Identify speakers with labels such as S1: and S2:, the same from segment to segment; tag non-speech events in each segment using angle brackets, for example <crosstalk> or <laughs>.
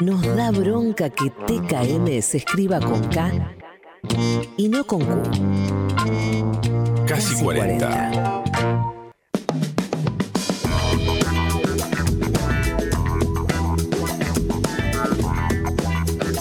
S1: Nos da bronca que TKM se escriba con K y no con Q.
S2: Casi 40.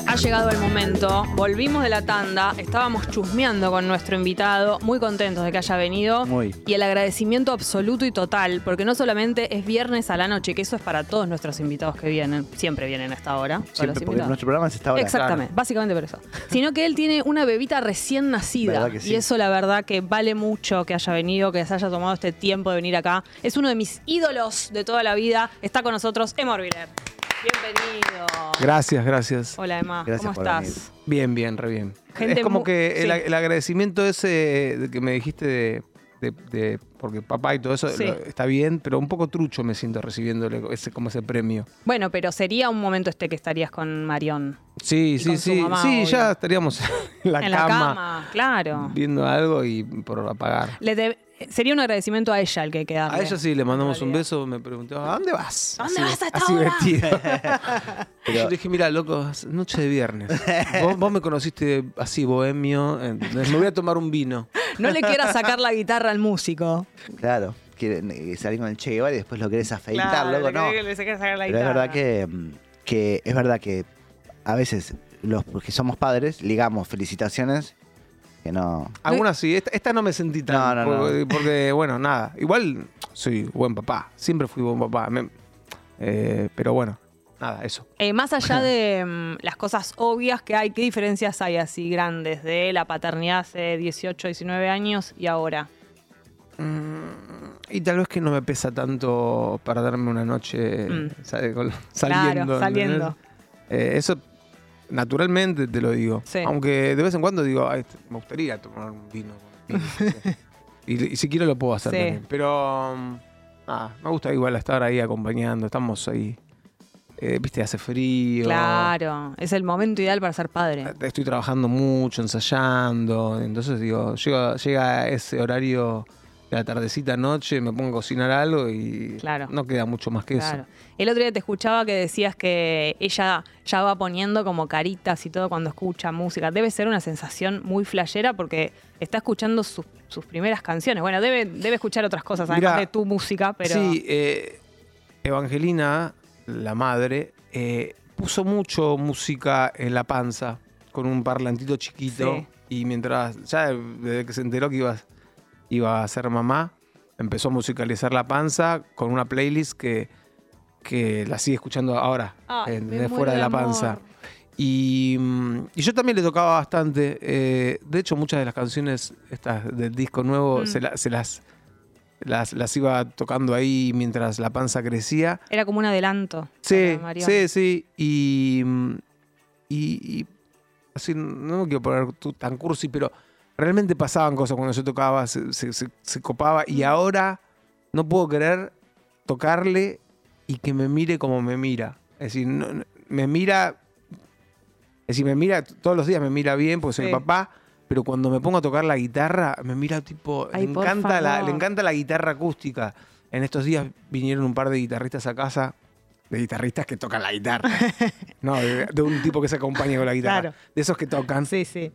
S3: Ha llegado el momento, volvimos de la tanda, estábamos chusmeando con nuestro invitado, muy contentos de que haya venido.
S4: Muy.
S3: Y el agradecimiento absoluto y total, porque no solamente es viernes a la noche, que eso es para todos nuestros invitados que vienen, siempre vienen a esta hora. para los
S4: Siempre, porque
S3: invitados.
S4: nuestro programa es esta hora.
S3: Exactamente, básicamente por eso. Sino que él tiene una bebita recién nacida.
S4: ¿Verdad que sí?
S3: Y eso la verdad que vale mucho que haya venido, que se haya tomado este tiempo de venir acá. Es uno de mis ídolos de toda la vida. Está con nosotros Emor Viler. Bienvenido.
S5: Gracias, gracias.
S3: Hola Emma, ¿cómo
S4: Gracias por
S3: estás?
S5: Bien, bien, re bien.
S3: Gente
S5: es como
S3: mu-
S5: que el,
S3: sí.
S5: el agradecimiento ese de que me dijiste de, de- de- porque papá y todo eso
S3: Sí.
S5: lo- está bien, pero un poco trucho me siento recibiéndole ese, como ese premio.
S3: Bueno, pero sería un momento este que estarías con Marión.
S5: Sí,
S3: con
S5: sí,
S3: su
S5: sí.
S3: mamá,
S5: sí,
S3: obvio.
S5: ya estaríamos <laughs> en la
S3: en
S5: cama,
S3: la cama, claro.
S5: viendo algo y por apagar.
S3: Le de- sería un agradecimiento a ella el que hay que darle.
S5: A ella sí le mandamos un
S3: realidad.
S5: beso, me preguntó, ¿a dónde vas?
S3: ¿A dónde
S5: Así-
S3: vas a esta
S5: así
S3: hora?
S5: vestida.
S4: Pero-
S3: <laughs>
S5: Yo le dije, mira, loco, es noche de viernes. Vos, vos me conociste así, bohemio. ¿entendés? Me voy a tomar un vino.
S3: No le quieras sacar la guitarra al
S5: <laughs>
S3: músico.
S4: Claro. Quieren eh, salir con el Che Guevara y después lo querés afeitar, loco, no.
S3: Le quieras sacar la
S4: Pero es verdad que, mm, que es verdad que a veces los que somos padres ligamos felicitaciones que no.
S5: Algunas sí, esta, esta no me sentí tan.
S4: No, no, no.
S5: porque, porque, bueno, nada. Igual soy buen papá, siempre fui buen papá. me- eh, pero bueno, nada, eso.
S3: Eh, más allá de mm, las cosas obvias que hay, ¿qué diferencias hay así grandes de la paternidad hace 18, 19 años y ahora?
S5: Y tal vez que no me pesa tanto perderme una noche
S3: Mm.
S5: sale, con- <laughs> saliendo. ¿entendés?
S3: saliendo.
S5: Eh, eso naturalmente te lo digo.
S3: Sí.
S5: Aunque de vez en cuando digo, "Ay, este, me gustaría tomar un vino.
S3: <laughs>
S5: y, y si quiero lo puedo hacer
S3: Sí.
S5: también. Pero um, nada, me gusta igual estar ahí acompañando. Estamos ahí. eh, Viste, hace frío.
S3: Claro, es el momento ideal para ser padre.
S5: Eh, Estoy trabajando mucho, ensayando. Entonces digo, llega, llega ese horario de la tardecita noche, me pongo a cocinar algo y
S3: Claro.
S5: no queda mucho más que
S3: Claro. El otro día te escuchaba que decías que ella ya va poniendo como caritas y todo cuando escucha música. Debe ser una sensación muy flashera porque está escuchando sus, sus primeras canciones. Bueno, debe, debe escuchar otras cosas además
S5: Mirá,
S3: de tu música, pero
S5: Sí, eh, Evangelina, la madre, eh, puso mucho música en la panza con un parlantito chiquito.
S3: Sí.
S5: Y mientras, ya desde que se enteró que iba, iba a ser mamá, empezó a musicalizar la panza con una playlist que, que la sigue escuchando ahora,
S3: Ay, Ah,
S5: en-
S3: me
S5: de
S3: muero
S5: fuera de
S3: de
S5: la panza.
S3: amor.
S5: Y, mm, y yo también le tocaba bastante. eh, de hecho, muchas de las canciones estas del disco nuevo
S3: Mm.
S5: se, la- se las, las, las iba tocando ahí mientras la panza crecía.
S3: era como un adelanto.
S5: Sí,
S3: para Mariona.
S5: sí, sí. Y, mm, y, y así, no me quiero poner tú tan cursi, pero realmente pasaban cosas cuando yo tocaba, se, se- se- se copaba.
S3: Mm.
S5: Y ahora no puedo querer tocarle y que me mire como me mira. Es decir, no- no- me mira. Es decir, me mira todos los días, me mira bien porque soy
S3: Sí.
S5: el papá. Pero cuando me pongo a tocar la guitarra, me mira tipo.
S3: Ay,
S5: le,
S3: por
S5: encanta la,
S3: favor.
S5: le encanta la guitarra acústica. En estos días vinieron un par de guitarristas a casa de guitarristas que tocan
S3: <laughs>
S5: la guitarra. no, de, de un tipo que se acompaña con la guitarra.
S3: Claro.
S5: De esos que tocan.
S3: Sí, sí.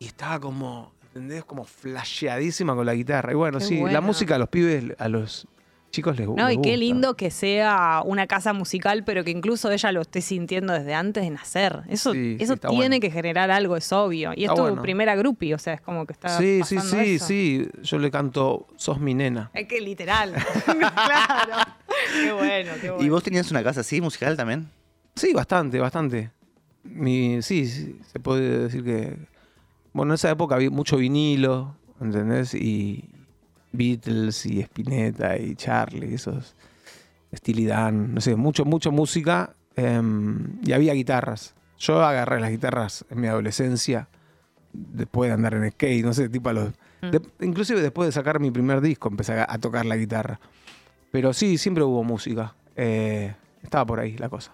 S5: Y estaba como, ¿entendés? Como flasheadísima con la guitarra. Y bueno,
S3: Qué
S5: sí, la
S3: bueno.
S5: música a los pibes, a los chicos les, gu-
S3: No,
S5: les
S3: y
S5: Uh, gusta.
S3: qué lindo que sea una casa musical, pero que incluso ella lo esté sintiendo desde antes de nacer. Eso,
S5: Sí, sí,
S3: eso
S5: está
S3: tiene
S5: bueno.
S3: que generar algo, es obvio. Y es
S5: Está
S3: tu
S5: bueno.
S3: primera grupi, o sea, es como que está.
S5: Sí, sí,
S3: pasando
S5: sí,
S3: eso.
S5: sí. Yo le canto, sos mi nena.
S3: Es que literal. <laughs> claro. Qué bueno, qué bueno.
S4: ¿Y vos tenías una casa así musical también?
S5: Sí, bastante, bastante. Mi, sí, sí, se puede decir que. Bueno, en esa época había mucho vinilo, ¿entendés? Y Beatles y Spinetta y Charlie, esos. Steely Dan, no sé, mucho, mucha música. em, y había guitarras. Yo agarré las guitarras en mi adolescencia, después de andar en skate, no sé, tipo a los. de- inclusive después de sacar mi primer disco empecé a, a tocar la guitarra. Pero sí, siempre hubo música. Eh, estaba por ahí la cosa.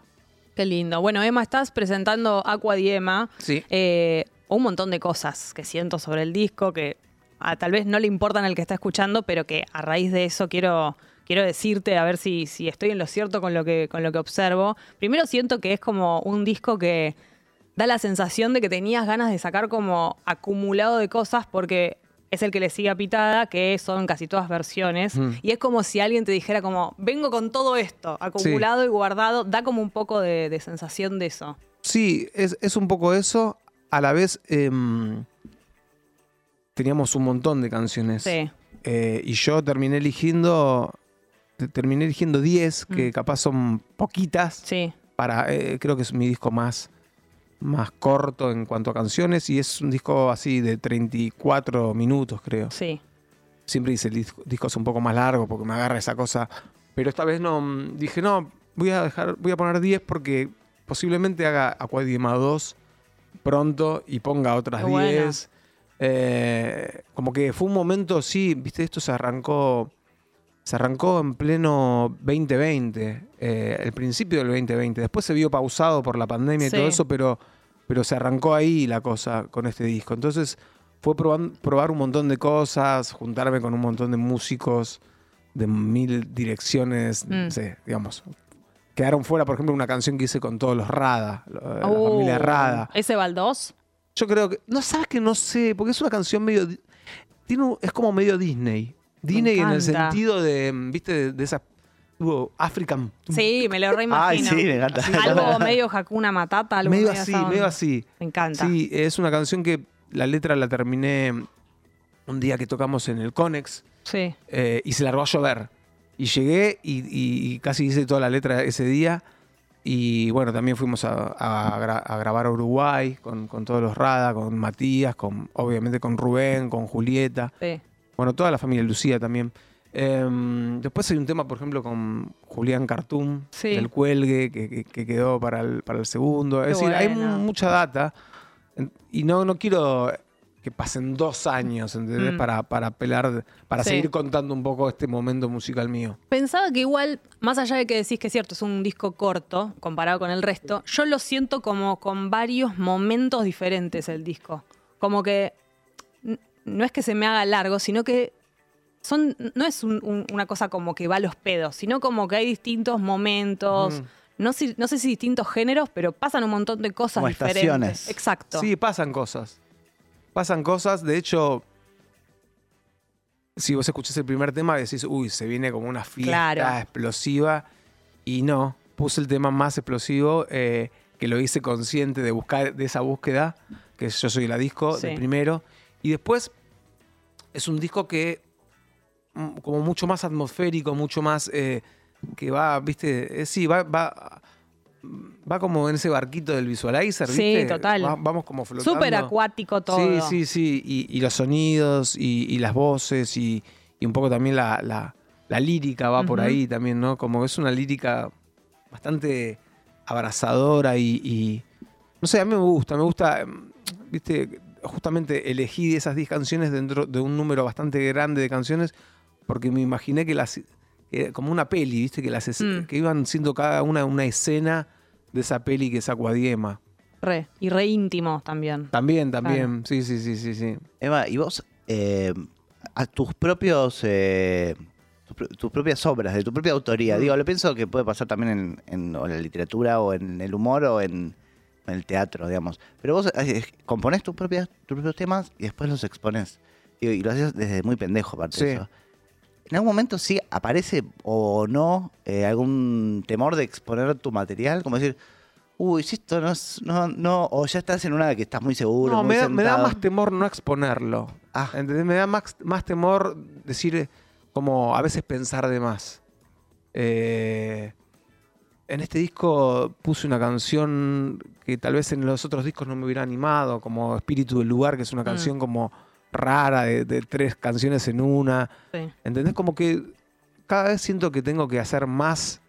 S3: Qué lindo. Bueno, Emma, estás presentando Aqua Diema.
S5: Sí.
S3: Eh, un montón de cosas que siento sobre el disco que ah, tal vez no le importan al que está escuchando, pero que a raíz de eso quiero, quiero decirte, a ver si, si estoy en lo cierto con lo, que, con lo que observo. Primero siento que es como un disco que da la sensación de que tenías ganas de sacar como acumulado de cosas porque es el que le sigue a Pitada, que son casi todas versiones.
S5: Mm.
S3: Y es como si alguien te dijera como, vengo con todo esto, acumulado y guardado. Da como un poco de, de sensación de eso.
S5: Sí, es, es un poco eso. A la vez em, teníamos un montón de canciones.
S3: Sí.
S5: Eh, y yo terminé eligiendo. te- Terminé eligiendo 10, que
S3: Mm.
S5: capaz son poquitas.
S3: Sí.
S5: Para, eh, creo que es mi disco más, más corto en cuanto a canciones. Y es un disco así de 34 minutos, creo.
S3: Sí.
S5: Siempre hice discos un poco más largo porque me agarra esa cosa. Pero esta vez no. mm, Dije, no, voy a dejar, voy a poner 10 porque posiblemente haga Aquadiema 2 pronto y ponga otras
S3: Qué bueno.
S5: 10. Eh, como que fue un momento, sí, viste, esto se arrancó. Se arrancó en pleno 2020, eh, el principio del 2020. Después se vio pausado por la pandemia y
S3: Sí.
S5: todo eso, pero, pero se arrancó ahí la cosa con este disco. Entonces fue proban- probar un montón de cosas, juntarme con un montón de músicos de mil direcciones,
S3: Mm.
S5: no sé, digamos. Quedaron fuera, por ejemplo, una canción que hice con todos los Rada, lo- la
S3: Oh.
S5: familia Rada.
S3: ¿Ese Valdós?
S5: Yo creo que. No sabes que no sé, porque es una canción medio. di- Tiene un- es como medio Disney. Disney en
S3: encanta.
S5: el sentido de, mm, viste, de, de esa. tipo, African.
S3: Sí, me lo
S4: Ay,
S3: reimagino.
S4: sí, me encanta.
S3: Algo
S4: <laughs>
S3: medio Hakuna Matata, algo
S5: medio
S3: esa
S5: así,
S3: onda.
S5: medio así.
S3: Me encanta.
S5: Sí, es una canción que la letra la terminé un día que tocamos en el Conex.
S3: Sí.
S5: eh, y se largó a llover. Y llegué y, y- y casi hice toda la letra ese día. Y bueno, también fuimos a, a gra- a grabar a Uruguay con, con todos los Rada, con Matías, con obviamente con Rubén, con Julieta.
S3: sí.
S5: Bueno, toda la familia Lucía también. Em, después hay un tema, por ejemplo, con Julián Cartum,
S3: Sí.
S5: del cuelgue, que, que- que quedó para el, para el segundo.
S3: Qué
S5: es decir, hay
S3: bueno.
S5: mu- mucha data. En- Y no, no quiero que pasen dos años, ¿entendés?
S3: Mm.
S5: Para, para pelar, para
S3: Sí.
S5: seguir contando un poco este momento musical mío.
S3: Pensaba que igual, más allá de que decís que es cierto, es un disco corto comparado con el resto, yo lo siento como con varios momentos diferentes el disco. Como que n- no es que se me haga largo, sino que son, no es un- un- una cosa como que va a los pedos, sino como que hay distintos momentos.
S5: Ujú.
S3: No, sé, no sé si distintos géneros, pero pasan un montón de cosas
S4: Como
S3: diferentes.
S4: estaciones.
S3: Exacto.
S5: Sí, pasan cosas. Pasan cosas. De hecho, si vos escuchás el primer tema, decís, uy, se viene como una fiesta
S3: Claro.
S5: explosiva. Y no, puse el tema más explosivo, eh, que lo hice consciente de buscar, de esa búsqueda, que yo soy la disco,
S3: Sí.
S5: del primero. Y después es un disco que mm, como mucho más atmosférico, mucho más eh, que va, viste, eh, sí, va, va, va como en ese barquito del visualizer,
S3: Sí,
S5: viste.
S3: total.
S5: Va- vamos como flotando.
S3: Súper acuático todo.
S5: Sí, sí, sí. Y, y los sonidos y, y las voces y, y un poco también la, la- la lírica va por
S3: Ujú.
S5: ahí también, ¿no? Como es una lírica bastante abrazadora y, y- No sé, a mí me gusta, me gusta, em, viste, justamente elegí esas 10 canciones dentro de un número bastante grande de canciones porque me imaginé que las... eh, como una peli, viste, que las es-
S3: Mm.
S5: que iban siendo cada una una escena de esa peli que es Acuadiema.
S3: Re, y re íntimo también.
S5: También, también, sí, sí, sí, sí, sí.
S4: Emma, ¿y vos eh, a tus propios eh, tus, pro- tus propias obras, de tu propia
S5: Mm.
S4: autoría? Digo, lo pienso que puede pasar también en, en- o en la literatura o en el humor o en, en el teatro, digamos. Pero vos eh, componés tus, propias, tus propios temas y después los exponés. Digo, y lo haces desde muy pendejo, aparte de
S5: Sí.
S4: eso. ¿En algún momento sí aparece o no eh, algún temor de exponer tu material? Como decir, uy, si esto no es- No, no, o ya estás en una que estás muy seguro,
S5: No,
S4: muy
S5: me da, me da
S4: sentado.
S5: más temor no exponerlo.
S4: Ah.
S5: ¿Entendés? Me da más, más temor decir, eh, como a veces pensar de más. Eh, en este disco puse una canción que tal vez en los otros discos no me hubiera animado, como Espíritu del Lugar, que es una canción como rara, de, de tres canciones en una.
S3: Sí.
S5: ¿Entendés? Como que cada vez siento que tengo que hacer más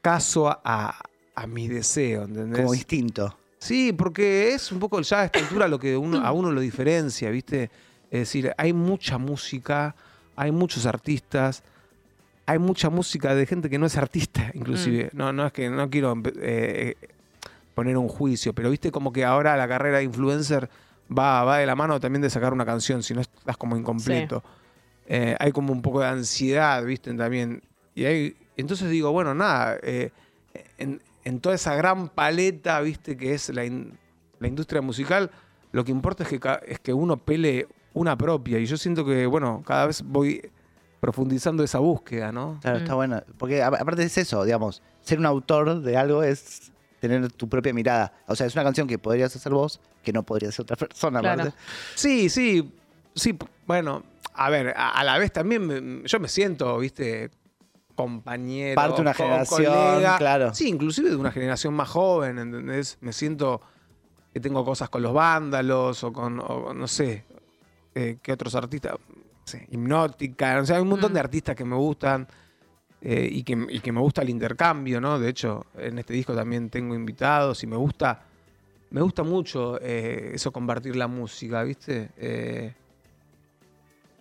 S5: caso a, a- a mi deseo, ¿entendés?
S4: como distinto.
S5: Sí, porque es un poco ya a esta altura lo que uno, a uno lo diferencia, ¿viste? Es decir, hay mucha música, hay muchos artistas, hay mucha música de gente que no es artista, inclusive. No, no es que no quiero empe- eh, eh, poner un juicio, pero viste como que ahora la carrera de influencer va, va de la mano también de sacar una canción, si no estás como incompleto. Eh, hay como un poco de ansiedad, viste, también Y ahí, entonces digo, bueno, nada, eh, en, en toda esa gran paleta, viste, que es la, in- la industria musical, lo que importa es que, ca- es que uno pele una propia. Y yo siento que, bueno, cada vez voy profundizando esa búsqueda, ¿no?
S4: Claro,
S3: Mm.
S4: está bueno. Porque a- aparte es eso, digamos, ser un autor de algo es tener tu propia mirada. O sea, es una canción que podrías hacer vos, que no podría hacer otra persona.
S3: Claro.
S4: aparte.
S5: Sí, sí, sí, p- bueno, a ver, a, a la vez también me- yo me siento, viste, compañero.
S4: Parte de una
S5: co-
S4: generación, claro.
S5: Sí, inclusive de una generación más joven, ¿entendés? Me siento que tengo cosas con los vándalos o con, o no sé, eh, qué otros artistas, no sé, hipnótica, no sé, hay un montón
S3: Mm.
S5: de artistas que me gustan. eh, y, que, y que me gusta el intercambio, ¿no? De hecho, en este disco también tengo invitados y me gusta me gusta mucho eh, eso compartir la música, ¿viste? Eh,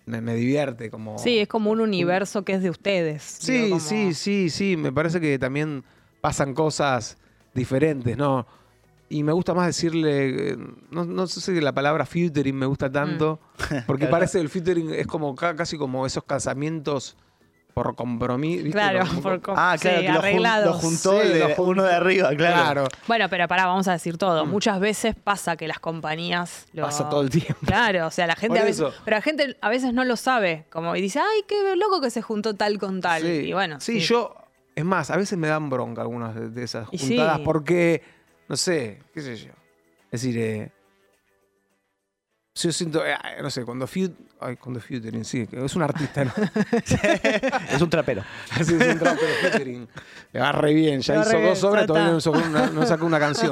S5: me, me divierte como...
S3: Sí, es como un universo que es de ustedes.
S5: sí,
S3: digo, como-
S5: sí, sí, sí. Me parece que también pasan cosas diferentes, ¿no? Y me gusta más decirle, eh, no, no sé si la palabra featuring me gusta tanto,
S3: Mm. <laughs>
S5: porque parece el featuring es como ca- casi como esos casamientos por compromiso. ¿viste?
S3: Claro,
S5: Como-
S3: <laughs> por com-
S4: Ah, claro,
S3: Oh, sí,
S4: que lo, jun-
S3: arreglados.
S4: lo juntó
S5: Sí,
S4: el de-
S5: lo jun-
S4: uno de arriba, claro.
S5: claro.
S3: Bueno, pero pará, vamos a decir todo. Muchas veces pasa que las compañías lo...
S5: Mm. Pasa todo el tiempo.
S3: Claro, o sea, la gente
S5: Por
S3: a veces,
S5: eso.
S3: pero la gente a veces no lo sabe, como y dice, "Ay, qué loco que se juntó tal con tal."
S5: Sí.
S3: Y bueno,
S5: Sí, yo. Es más, a veces me dan bronca algunas de, de esas
S3: Y
S5: juntadas
S3: sí.
S5: porque. No sé, qué sé yo. Es decir, eh, si yo siento. eh, ay, no sé, cuando Feud. Ay, cuando Featuring, sí, que es un
S3: <laughs>
S5: artista, ¿no? <laughs>
S4: <laughs> Es un trapero.
S5: Así es un trato de Featuring. Le va re bien, ya
S3: Le va
S5: hizo
S3: re bien,
S5: dos obras,
S3: ya está.
S5: todavía no, sacó una, no sacó
S3: <laughs>
S5: una canción.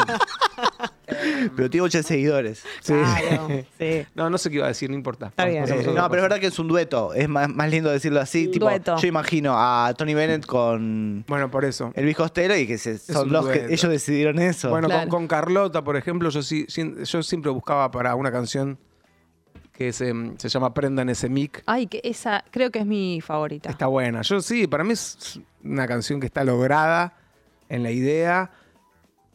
S4: Pero tiene 8 seguidores.
S5: Sí.
S3: Claro, sí.
S5: No, no sé qué iba a decir, no importa.
S3: Está bien.
S5: Pasamos a
S4: Eh,
S5: otra
S4: no, pero es
S5: cosa.
S4: verdad que es un dueto. Es más, más lindo decirlo así.
S3: Un
S4: Tipo,
S3: dueto.
S4: Yo imagino a Tony Bennett con
S5: Bueno, por eso.
S4: Elvis Costello y que se- son
S5: un
S4: los que
S5: dueto.
S4: ellos decidieron eso.
S5: Bueno,
S3: Claro.
S5: con, con Carlota, por ejemplo, yo, sí, sí- yo siempre buscaba para una canción que se, se llama Prendan ese mic.
S3: Ay, que esa creo que es mi favorita.
S5: Está buena. Yo sí, para mí es una canción que está lograda en la idea.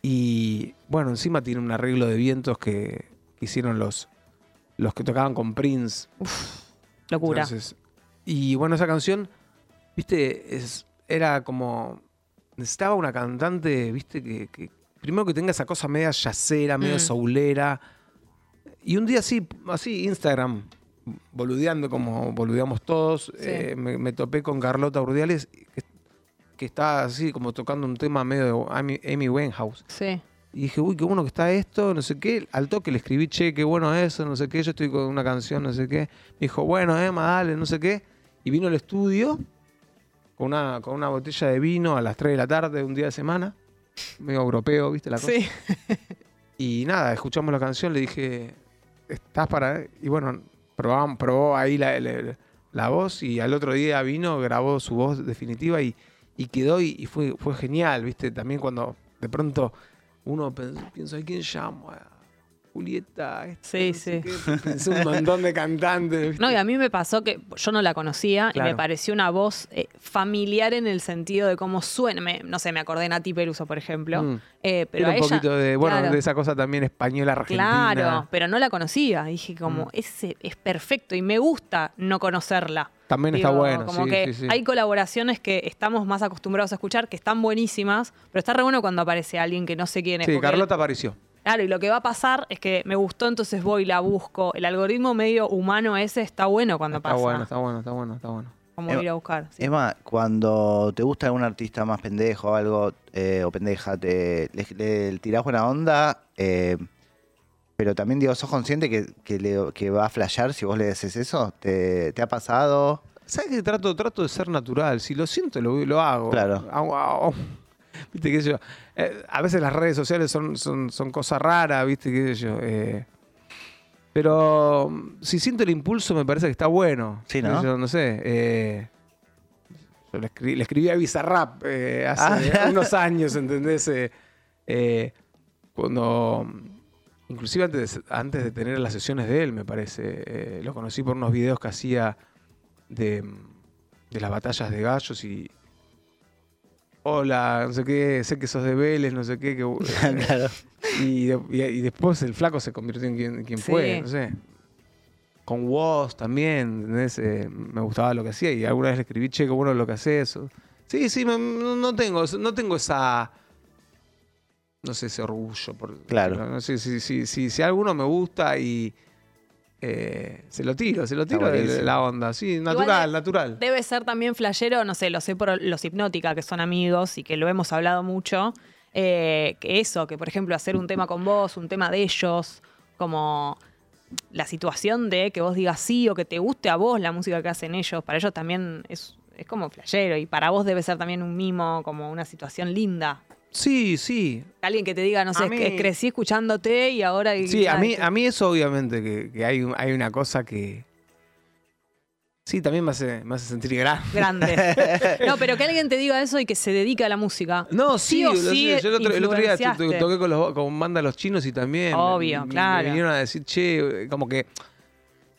S5: Y bueno, encima tiene un arreglo de vientos que, que hicieron los, los que tocaban con Prince.
S3: Locura.
S5: Entonces, y bueno, esa canción, viste, es, era como. Necesitaba una cantante, viste, que, que- Primero que tenga esa cosa media yacera, medio
S3: Mm.
S5: soulera. Y un día así, así, Instagram, boludeando como boludeamos todos, eh, me, me topé con Carlota Urdiales, que, que está así como tocando un tema medio de Amy, Amy Winehouse.
S3: Sí.
S5: Y dije, uy, qué bueno que está esto, no sé qué. Al toque le escribí, che, qué bueno eso, no sé qué. Yo estoy con una canción, no sé qué. Me dijo, bueno, Emma, dale, no sé qué. Y vino al estudio con una, con una botella de vino a las 3 de la tarde, un día de semana. Medio europeo, ¿viste la cosa?
S3: Sí.
S5: Y nada, escuchamos la canción, le dije, ¿estás para...? Y bueno, probamos, probó ahí la, la- la voz y al otro día vino, grabó su voz definitiva y, y quedó y, y fue, fue genial, ¿viste? También cuando de pronto uno pens- piensa, ¿a quién llamo? A Julieta, a esta,
S3: Sí,
S5: no sé
S3: sí.
S5: qué. Pensé un montón de cantantes, ¿viste?
S3: No, y a mí me pasó que yo no la conocía y
S5: Claro.
S3: me pareció una voz eh, familiar en el sentido de cómo suena. Me- no sé, me acordé de Nati Peluso, por ejemplo.
S5: Mm.
S3: Eh, pero
S5: Tiene
S3: a
S5: un
S3: ella-
S5: poquito de, bueno,
S3: claro.
S5: de esa cosa también española argentina.
S3: Claro, pero no la conocía. Dije como,
S5: Mm.
S3: ese es perfecto y me gusta no conocerla.
S5: También está
S3: Digo,
S5: bueno,
S3: Como
S5: sí,
S3: que
S5: sí, sí.
S3: hay colaboraciones que estamos más acostumbrados a escuchar, que están buenísimas, pero está re bueno cuando aparece alguien que no sé quién es.
S5: Sí,
S3: porque-
S5: Carlota apareció.
S3: Claro, y lo que va a pasar es que me gustó, entonces voy y la busco. El algoritmo medio humano ese está bueno cuando
S5: está
S3: pasa.
S5: bueno, está bueno, está bueno, está bueno.
S3: Como
S4: Eh,
S3: ir a buscar. sí.
S5: em,
S4: Es más, cuando te gusta algún artista más pendejo o algo, eh, o pendeja, te, le, le tirás buena onda, eh, pero también digo, sos consciente que, que, le- que va a flashear si vos le decís eso, te, te ha pasado.
S5: ¿Sabes que trato, trato de ser natural? Si lo siento, lo, lo hago.
S4: Claro.
S5: Au, au. Viste, qué sé yo. Eh, a veces las redes sociales son, son, son cosas raras, viste, qué sé yo. eh. pero mm, si siento el impulso, me parece que está bueno.
S4: Sí,
S5: Qué
S4: ¿no?
S5: sé Yo, no sé. eh, yo le, escri- le escribí a Bizarrap eh, hace
S4: Ah.
S5: unos años, ¿entendés? Eh, eh, cuando. mm, Inclusive antes de, antes de tener las sesiones de él, me parece. eh, lo conocí por unos videos que hacía de, de las batallas de gallos y. Hola, no sé qué, sé que sos de Vélez, no sé
S4: <laughs>
S5: qué. que-
S4: Ah, claro.
S5: y, de- y- y después el flaco se convirtió en quien, quien
S3: Sí.
S5: fue, no sé. Con Woz también, ¿entendés? Eh, me gustaba lo que hacía y alguna vez le escribí, che, qué bueno lo que haces. o- Sí, sí, me- no no tengo, no tengo esa. No sé, ese orgullo. por-
S4: Claro.
S5: No, no sé, si, si, si, si alguno me gusta y. eh, se lo tiro, se lo tiro de- de
S4: buenísimo.
S5: la onda. Sí, natural,
S3: de-
S5: natural.
S3: Debe ser también flashero, no sé, lo sé por los hipnótica, que son amigos y que lo hemos hablado mucho. eh, que eso, que por ejemplo hacer un tema con vos, un tema de ellos, como la situación de que vos digas sí o que te guste a vos la música que hacen ellos, para ellos también es, es como flashero y para vos debe ser también un mimo, como una situación linda.
S5: Sí, sí.
S3: Alguien que te diga, no sé,
S5: A
S3: es
S5: mí-
S3: que crecí escuchándote y ahora... y-
S5: Sí, a
S3: ay,
S5: mí,
S3: te-
S5: a mí eso obviamente, que, que hay, un- hay una cosa que... Sí, también me hace, me hace sentir grande. <laughs>
S3: grande. No, pero que alguien te diga eso y que se dedica a la música.
S5: No, sí,
S3: o
S5: lo sé,
S3: sí
S5: yo el otro, el otro día tu- tu-
S3: influenciaste.
S5: toqué con, los, con banda Los Chinos y también...
S3: Obvio,
S5: me- me
S3: claro.
S5: vinieron a decir, che, como que...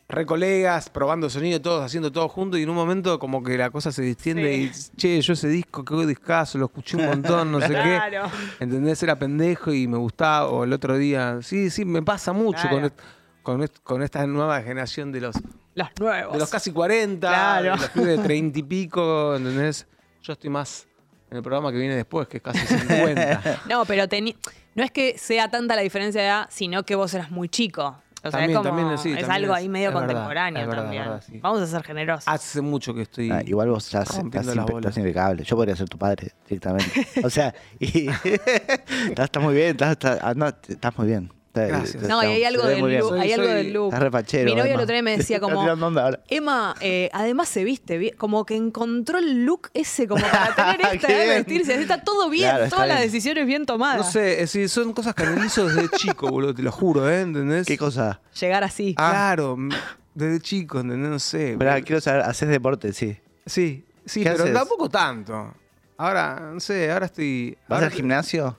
S5: Re colegas, probando sonido, todos haciendo todo juntos y en un momento como que la cosa se distiende y, che, yo ese disco, qué discazo, lo escuché un montón, no sé qué.
S3: <laughs> Claro.
S5: ¿Entendés? Era pendejo y me gustaba. O el otro día. Sí, sí, me pasa mucho
S3: Claro.
S5: con, est- con, est- con esta nueva generación de los, de
S3: Los nuevos.
S5: los casi 40,
S3: Claro.
S5: de los pibes de 30 y pico. ¿Entendés? Yo estoy más en el programa que viene después, que es casi
S4: <laughs>
S5: 50.
S3: No, pero teni- no es que sea tanta la diferencia de edad, sino que vos eras muy chico. O sea,
S5: También,
S3: es como-
S5: también, sí,
S3: es
S5: también
S3: algo
S5: es-
S3: ahí medio
S5: es verdad,
S3: contemporáneo
S5: es verdad,
S3: también.
S5: es verdad, sí.
S3: Vamos a ser generosos.
S5: Hace mucho que estoy.
S4: Ah, igual vos estás,
S5: Rompiendo
S4: estás,
S5: las
S4: impe-
S5: bolas.
S4: estás impecable. Yo podría ser tu padre directamente. O sea,
S5: <laughs>
S4: y, <laughs> estás, estás muy bien, estás, estás- ah, no, estás muy bien. Estás-
S5: Gracias.
S4: estás-
S3: no, y hay
S4: te
S3: algo
S4: ves
S3: del
S4: muy bien.
S3: look.
S5: Soy-
S3: hay algo
S5: soy-
S3: del look.
S4: Estás repachero.
S3: Mi novio el
S4: Emma.
S3: otro día
S5: <laughs>
S3: me decía
S4: Está
S3: como,
S4: tirando onda ahora.
S3: Emma, eh, además se viste bien, como que encontró el look ese, como
S5: <laughs>
S3: para tener esta
S4: Qué
S3: edad de
S4: bien.
S3: vestirse. Así Está todo bien,
S4: Claro, está
S3: todas las
S4: bien.
S3: decisiones bien tomadas.
S5: No sé, es decir, son cosas que analizo desde chico, boludo, te lo juro, ¿eh? ¿Entendés? Ah,
S4: ¿Qué cosa?
S3: Llegar así.
S5: Claro, m- desde chico, ¿entendés? No sé.
S4: Esperá, quiero saber, haces deporte, sí.
S5: Sí, sí,
S4: ¿Qué
S5: pero
S4: haces?
S5: tampoco tanto. Ahora, no sé, ahora estoy.
S4: ¿Vas
S5: ahora
S4: al gimnasio?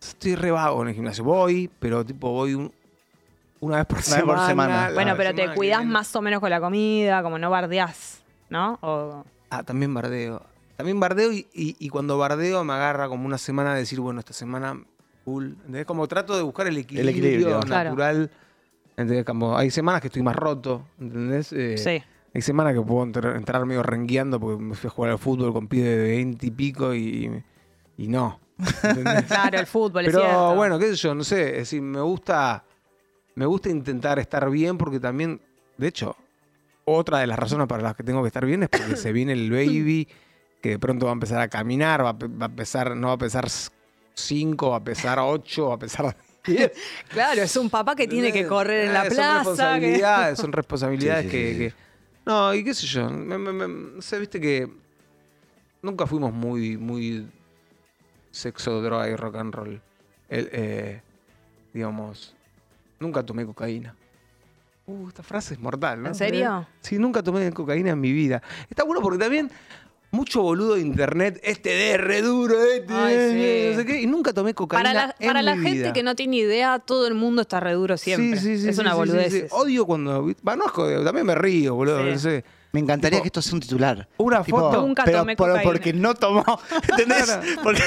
S5: Estoy re vago en el gimnasio. Voy, pero tipo voy un- una vez por
S4: Una vez
S5: semana.
S4: por semana.
S5: la
S3: bueno, pero te
S5: semana que
S3: cuidás
S5: viene.
S3: más o menos con la comida, como no bardeás, ¿no? O-
S5: Ah, también bardeo. También bardeo y, y- y cuando bardeo me agarra como una semana de decir, bueno, esta semana cool. ¿Entendés? Como trato de buscar el equilibrio,
S4: equilibrio.
S3: Claro.
S5: natural. ¿Entendés? Como hay semanas que estoy más roto, ¿entendés? Eh,
S3: sí.
S5: Hay semanas que puedo entrar, entrar medio rengueando porque me fui a jugar al fútbol con pibes de 20 y pico y, y no. ¿entendés?
S3: <laughs> Claro, el fútbol, es
S5: Pero
S3: cierto.
S5: bueno, qué sé yo, no sé. Es decir, me gusta, me gusta intentar estar bien porque también, de hecho, otra de las razones para las que tengo que estar bien es porque se viene el baby que de pronto va a empezar a caminar, va a, pe- va a pesar, no va a pesar 5, va a pesar 8, va a pesar 10.
S3: Claro, es un papá que tiene que correr en la
S5: Eh,
S3: plaza.
S5: Son
S3: que-
S5: responsabilidades,
S3: <laughs>
S5: son responsabilidades
S4: Sí, sí,
S5: que,
S4: sí,
S5: que- No, y qué sé yo. me- me- me- no sé, viste que. Nunca fuimos muy. muy sexo, droga y rock and roll. El, eh, digamos. Nunca tomé cocaína. Uh, esta frase es mortal, ¿no? Eh,
S3: ¿En serio?
S5: Sí, nunca tomé cocaína en mi vida. Está bueno porque también. Mucho boludo de internet, este de re duro, este
S3: Ay,
S5: de-
S3: sí.
S5: no sé qué, y nunca tomé cocaína.
S3: Para la,
S5: en
S3: para la
S5: mi
S3: gente
S5: vida.
S3: que no tiene idea, todo el mundo está re duro siempre.
S5: Sí, sí, sí,
S3: es
S5: sí,
S3: una
S5: sí,
S3: boludez.
S5: sí, sí. Odio cuando. Va, no es jode- también me río, boludo.
S3: Sí.
S5: no sé.
S4: Me encantaría
S5: Tipo,
S4: que esto sea un titular.
S5: una foto-
S3: Nunca
S4: pero,
S3: tomé
S4: pero
S3: cocaína.
S4: porque no tomó. ¿Entendés?
S5: <laughs> Claro.
S4: Porque-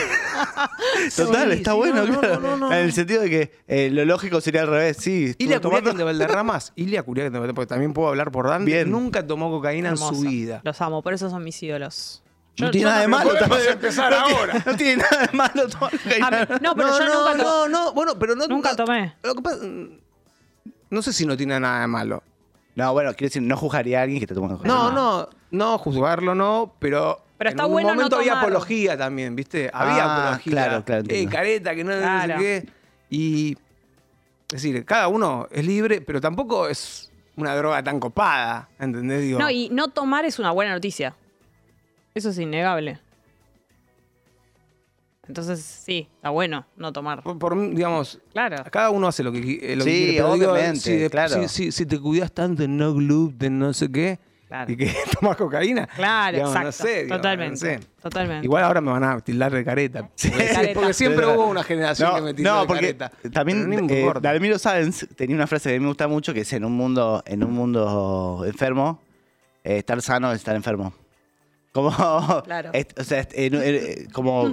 S4: Total,
S5: Sí,
S4: está
S5: sí,
S4: bueno,
S5: no, no,
S4: claro.
S5: no, no, no.
S4: En el sentido de que eh, lo lógico sería al revés. Sí,
S5: Ilia
S4: estuvo
S5: Curiaquín de
S4: tomando-
S5: Valderramas. Ilia Curiaquín de Valderramas, porque también puedo hablar por Dante.
S4: Bien.
S5: Nunca tomó cocaína en su
S3: Hermoso.
S5: vida.
S3: Los amo, por eso son mis ídolos.
S4: No tiene nada de malo. tampoco.
S5: empezar
S4: No tiene- <laughs> No tiene nada de malo tomar
S3: A mí-
S4: cocaína.
S5: <laughs>
S3: no, pero yo nunca, to-
S5: no, no, bueno, pero no.
S3: nunca
S5: no-
S3: tomé.
S5: Lo que pasa- No sé si no tiene nada de malo.
S4: No, bueno, quiero decir, no juzgaría a alguien que te toma cocaína.
S5: No, no, no, juzgarlo no, pero.
S3: Pero
S5: en
S3: está
S5: algún
S3: bueno no
S5: momento había
S3: tomar.
S5: apología también, ¿viste? Había
S4: Ah,
S5: apología.
S4: claro, claro,
S5: Eh,
S4: entiendo.
S5: careta, que no, no sé
S3: Claro.
S5: qué. Y. Es decir, cada uno es libre, pero tampoco es una droga tan copada, ¿entendés? Digo,
S3: No, y no tomar es una buena noticia. Eso es innegable. Entonces, sí, está bueno no tomar.
S5: por, por, digamos,
S3: Claro.
S5: cada uno hace lo que, qui- eh, lo
S4: Sí,
S5: que quiere. pero digo,
S4: obviamente,
S5: si, de-
S4: claro.
S5: si, si- si te cuidas tanto en no glue, de no sé qué,
S3: Claro.
S5: y que <laughs> tomas cocaína.
S3: Claro,
S5: digamos,
S3: exacto.
S5: no sé, digamos,
S3: totalmente.
S5: no sé.
S3: totalmente.
S5: Igual ahora me van a tildar de careta. <laughs> Porque,
S3: careta.
S5: porque siempre
S4: Pero-
S5: hubo una generación
S4: no,
S5: que me tildó
S4: no,
S5: de
S4: porque
S5: careta.
S4: también
S5: Pero no me
S4: eh,
S5: importa.
S4: Dalmiro Sáenz tenía una frase que a mí me gusta mucho que es en un mundo en un mundo enfermo eh, estar sano es estar enfermo. Como <laughs>
S3: Claro. Mm.
S4: es- o sea, es- en- en- como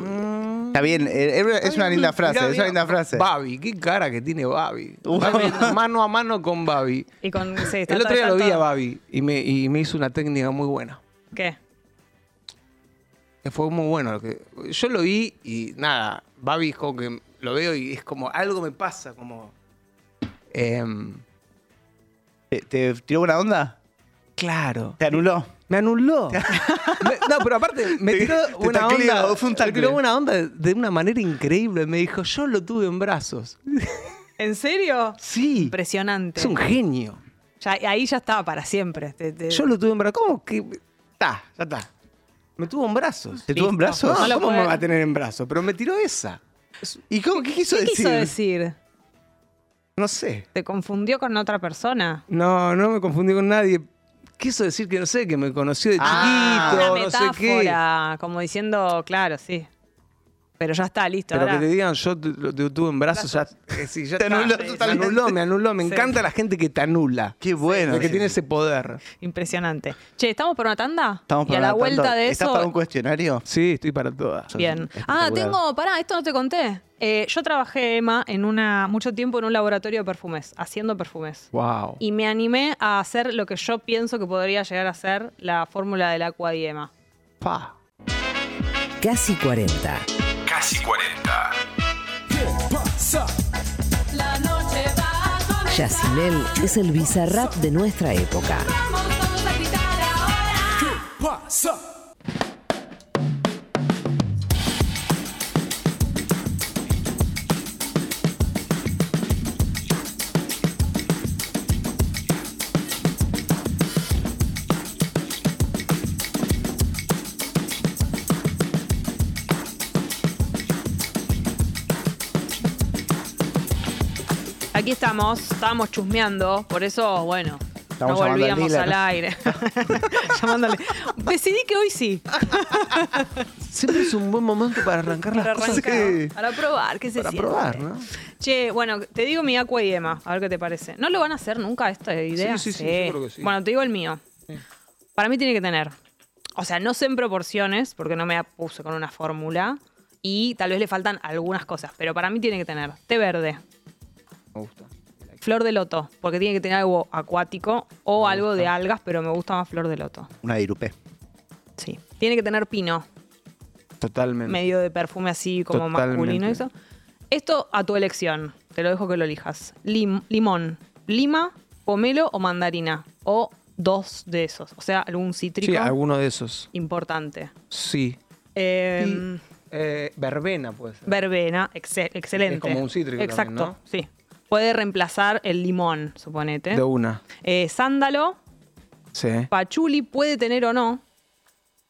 S4: está bien, eh, es, es una linda frase,
S5: Mirá,
S4: es una
S5: mirá,
S4: linda frase.
S5: Babi, qué cara que tiene Babi.
S4: Uh.
S5: Babi, mano a mano con Babi.
S3: Y con, sí, está-
S5: El otro día
S3: está
S5: lo vi a
S3: todo-
S5: Babi y me, y me hizo una técnica muy buena.
S3: ¿Qué?
S5: que fue muy bueno. lo que- yo lo vi y nada, Babi es como que lo veo y es como algo me pasa, como... em,
S4: ¿Te, te tiró buena onda?
S5: claro.
S4: ¿Te anuló?
S5: Me <laughs> anuló. Me- no, pero aparte, me
S4: Te-
S5: tiró
S4: te
S5: buena
S4: tacleo,
S5: onda.
S4: fue un
S5: me tiró
S4: tacle.
S5: buena onda de- de una manera increíble. Me dijo, yo lo tuve en brazos.
S3: ¿En serio?
S5: Sí.
S3: Impresionante.
S5: Es un genio.
S3: Ya- ahí ya estaba para siempre. Te- te-
S5: Yo lo tuve en brazos. ¿Cómo que.? Está, ya está. Me tuvo en brazos.
S4: ¿Te tuvo en
S3: Listo.
S4: brazos?
S3: No lo
S5: ¿Cómo
S3: puede-
S5: me va a tener en brazos? Pero me tiró esa.
S4: ¿Y cómo? ¿Qué quiso
S3: ¿Qué
S4: decir?
S3: quiso decir?
S5: No sé.
S3: ¿Te confundió con otra persona?
S5: No, no me confundí con nadie. Quiso decir que no sé, que me conoció de
S4: Ah.
S5: chiquito,
S3: Una
S5: no sé qué.
S3: metáfora, como diciendo, claro, sí. Pero ya está, listo.
S5: Pero que
S3: ahora-
S5: te digan, yo te- lo te tuve en brazos, ya, eh,
S3: <laughs>
S5: sí, ya
S4: Te
S5: está.
S4: anuló
S5: Me
S4: totalmente.
S5: anuló, me anuló. Me
S3: Sí.
S5: encanta la gente que te anula.
S4: Qué bueno.
S5: la que
S4: Sí.
S5: tiene ese poder.
S3: Impresionante. Che, ¿estamos por una tanda?
S4: Estamos
S3: y a la
S4: preguntando,
S3: vuelta de
S4: ¿Estás
S3: eso...
S4: para un cuestionario?
S5: Sí, estoy para todas.
S3: Bien. Ah,
S4: Espectacular.
S3: tengo, pará, esto no te conté. Eh, yo trabajé, Emma, en una, mucho tiempo en un laboratorio de perfumes, haciendo perfumes.
S5: Wow.
S3: Y me animé a hacer lo que yo pienso que podría llegar a ser la fórmula del Aqua di Emma.
S5: Pa.
S1: Casi 40.
S2: Casi 40.
S1: Yacimel es el bizarrap de nuestra época.
S3: Aquí estamos, estábamos chusmeando, por eso, bueno,
S4: Estamos
S3: no
S4: llamando al
S3: volvíamos al
S4: dealer.
S3: aire.
S4: <laughs>
S3: Llamándole. Decidí que hoy sí,
S5: Siempre es un buen momento para arrancar las
S3: para
S5: cosas.
S3: arrancar, para probar, qué se
S5: Para
S3: siente.
S5: probar, ¿no?
S3: Che, bueno, te digo mi Aqua y Emma, a ver qué te parece. ¿No lo van a hacer nunca esta idea?
S5: Sí, sí, sí, yo creo que sí.
S3: Bueno, te digo el mío. Para mí tiene que tener. O sea, no sé en proporciones, porque no me puse con una fórmula. Y tal vez le faltan algunas cosas, pero para mí tiene que tener té verde,
S5: Me gusta.
S3: flor de loto, porque tiene que tener algo acuático o algo de algas, pero me gusta más flor de loto.
S4: Una dirupé.
S3: Sí. Tiene que tener pino,
S5: Totalmente.
S3: medio de perfume así como
S5: Totalmente.
S3: masculino. y Eso. Esto a tu elección. Te lo dejo que lo elijas. Lim- limón, lima, pomelo o mandarina. O dos de esos. O sea, algún cítrico
S5: Sí, alguno de esos.
S3: importante.
S5: Sí.
S3: Em,
S5: Y, eh, verbena, puede ser.
S3: Verbena, exce- excelente.
S5: Es como un cítrico
S3: Exacto,
S5: también, ¿no?
S3: sí. Puede reemplazar el limón, suponete.
S5: De una.
S3: Eh, sándalo,
S5: Sí.
S3: Pachuli puede tener o no.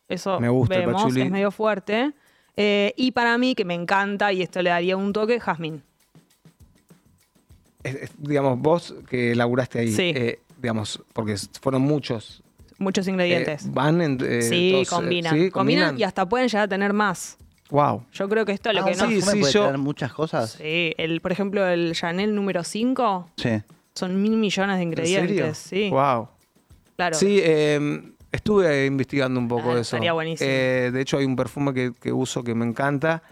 S3: Eso
S5: Me gusta el
S3: vemos,
S5: pachuli.
S3: es medio fuerte. Eh, y para mí, que me encanta, y esto le daría un toque, jazmín.
S5: Es- es, digamos, vos que laburaste ahí.
S3: Sí.
S5: eh, digamos, porque s- fueron muchos.
S3: Muchos
S5: eh,
S3: ingredientes.
S5: van en. eh,
S3: sí,
S5: todos, eh,
S3: combinan.
S5: sí,
S3: combinan. y hasta pueden llegar a tener más.
S5: Wow.
S3: Yo creo que esto es lo
S4: Ah,
S3: que
S4: un
S3: no.
S5: sí.
S4: perfume puede
S5: yo-
S4: traer muchas cosas. Sí.
S3: Sí, el, por ejemplo, el Chanel número 5 son mil millones de ingredientes. Sí,
S5: Wow.
S3: claro.
S5: Sí, eh, estuve investigando un poco
S3: Ah,
S5: eso.
S3: estaría buenísimo.
S5: Eh, de hecho, hay un perfume que, que uso que me encanta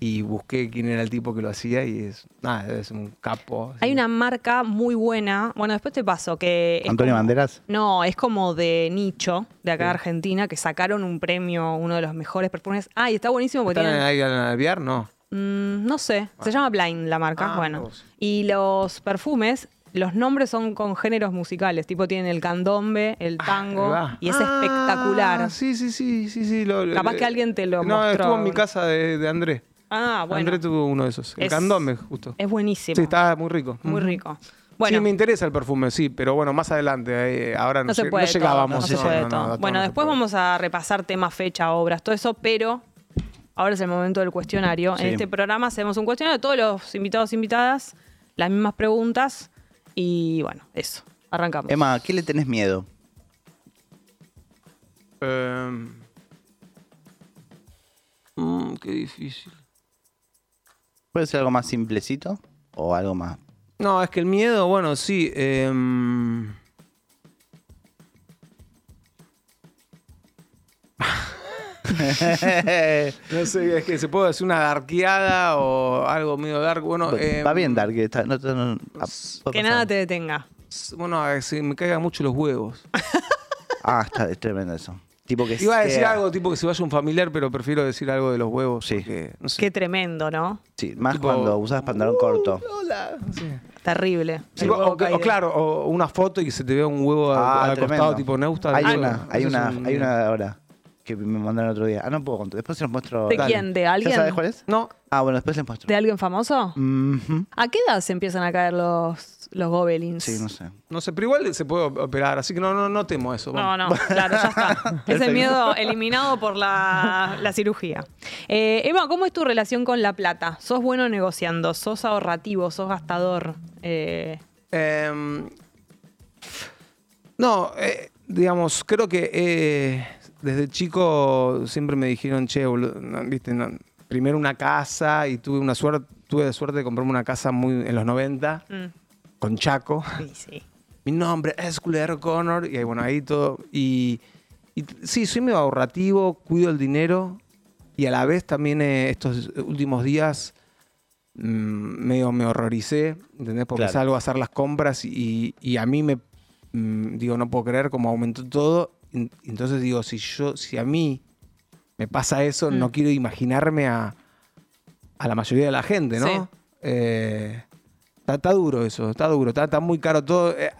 S5: y busqué quién era el tipo que lo hacía y es, nada, es un capo.
S3: Hay
S5: así.
S3: una marca muy buena. Bueno, después te paso que. es
S4: Antonio
S3: como-
S4: Banderas.
S3: No, es como de nicho de acá de Argentina que sacaron un premio, uno de los mejores perfumes. Ah, y está buenísimo porque
S5: ¿Están
S3: tienen-
S5: ahí al alvear? No.
S3: Mm, no sé, se llama Blind la marca.
S5: Ah,
S3: bueno,
S5: mira vos.
S3: y los perfumes, los nombres son con géneros musicales, tipo tienen el candombe, el tango,
S5: Ahí va.
S3: y es
S5: Ah,
S3: espectacular.
S5: Sí, sí, sí, sí, sí. lo-
S3: Capaz
S5: lo-
S3: que alguien te lo
S5: No,
S3: mostró.
S5: estuvo en mi casa de, de André.
S3: Ah, bueno,
S5: André tuvo uno de esos. El
S3: Es-
S5: candombe, justo.
S3: es buenísimo,
S5: Sí, está muy rico.
S3: muy
S5: Ujú.
S3: rico. Bueno,
S5: Sí, me interesa el perfume, sí, pero bueno, más adelante. eh, ahora no,
S3: no se
S5: lleg-
S3: puede
S5: no
S3: todo,
S5: llegábamos.
S3: no se
S5: no,
S3: puede
S5: no, no,
S3: todo.
S5: no, todo
S3: bueno,
S5: no se
S3: después
S5: puede.
S3: vamos a repasar tema, fecha, obras, todo eso, pero ahora es el momento del cuestionario. En
S4: Sí.
S3: este programa hacemos un cuestionario de todos los invitados e invitadas, las mismas preguntas, y bueno, eso. Arrancamos.
S4: Emma, ¿qué le tenés miedo?
S5: Eh, mm, qué difícil.
S4: ¿Puede ser algo más simplecito? ¿O algo más?
S5: No, es que el miedo, bueno, sí. em.
S4: <laughs>
S5: no sé, es que se puede hacer una darkeada o algo medio dark. Bueno, em,
S4: Va bien, Dark. está- no- no- no- ah, puede
S3: Que
S4: pasar.
S3: nada te detenga.
S5: s- Bueno, eh, se me caigan mucho los huevos.
S4: Ah, está, es tremendo eso. Tipo que
S5: Iba a decir
S4: sea-
S5: algo tipo que se vaya un familiar, pero prefiero decir algo de los huevos.
S4: Sí.
S5: porque, no sé.
S3: Qué tremendo, ¿no?
S4: Sí, más
S5: Tipo- uh,
S4: cuando usas pantalón corto.
S3: Terrible.
S5: Sí,
S3: El
S5: o,
S3: huevo
S5: o-
S3: caído.
S5: o claro, o una foto y que se te vea un huevo
S4: Ah,
S5: al- al
S4: tremendo.
S5: costado, tipo, ¿no gusta?
S4: Hay
S5: Eso-
S4: una, hay
S5: eso es
S4: una,
S5: un-
S4: hay una ahora que me mandaron otro día. Ah, no puedo contar. Después se los muestro.
S3: ¿De
S4: Dale.
S3: quién? ¿De
S4: ¿Ya
S3: alguien?
S4: sabes cuál es?
S5: No,
S4: Ah, bueno, después les muestro.
S3: ¿De alguien famoso?
S4: Mhm.
S3: ¿A qué edad se empiezan a caer los, los gobelins?
S4: Sí, no sé.
S5: no sé, pero igual se puede operar, así que no, no, no temo eso.
S3: No,
S5: vamos.
S3: no, claro, ya está.
S5: <laughs>
S3: Ese
S4: Perfecto.
S3: miedo eliminado por la, la cirugía. Eh, Emma, ¿cómo es tu relación con la plata? ¿Sos bueno negociando? ¿Sos ahorrativo? ¿Sos gastador? Eh,
S5: Em, no, eh, digamos, creo que eh, desde chico siempre me dijeron, che, boludo, no, viste, no, primero una casa y tuve una suerte, tuve la suerte de comprarme una casa muy en los 90
S3: mm,
S5: con Chaco.
S3: sí, sí.
S5: Mi nombre es Culero Connor y ahí, bueno, ahí todo. Y, y t- sí, soy medio ahorrativo, cuido el dinero y a la vez también eh, estos últimos días mm, medio me horroricé, ¿entendés? Porque
S4: Claro.
S5: salgo a hacer las compras y, y a mí me, mm, digo, no puedo creer cómo aumentó todo. En- Entonces digo, si yo, si a mí me pasa eso,
S3: Mm.
S5: no quiero imaginarme a, a la mayoría de la gente, ¿no?
S3: Sí.
S5: Eh, está, está duro eso, está duro, está, está muy caro todo. Eh,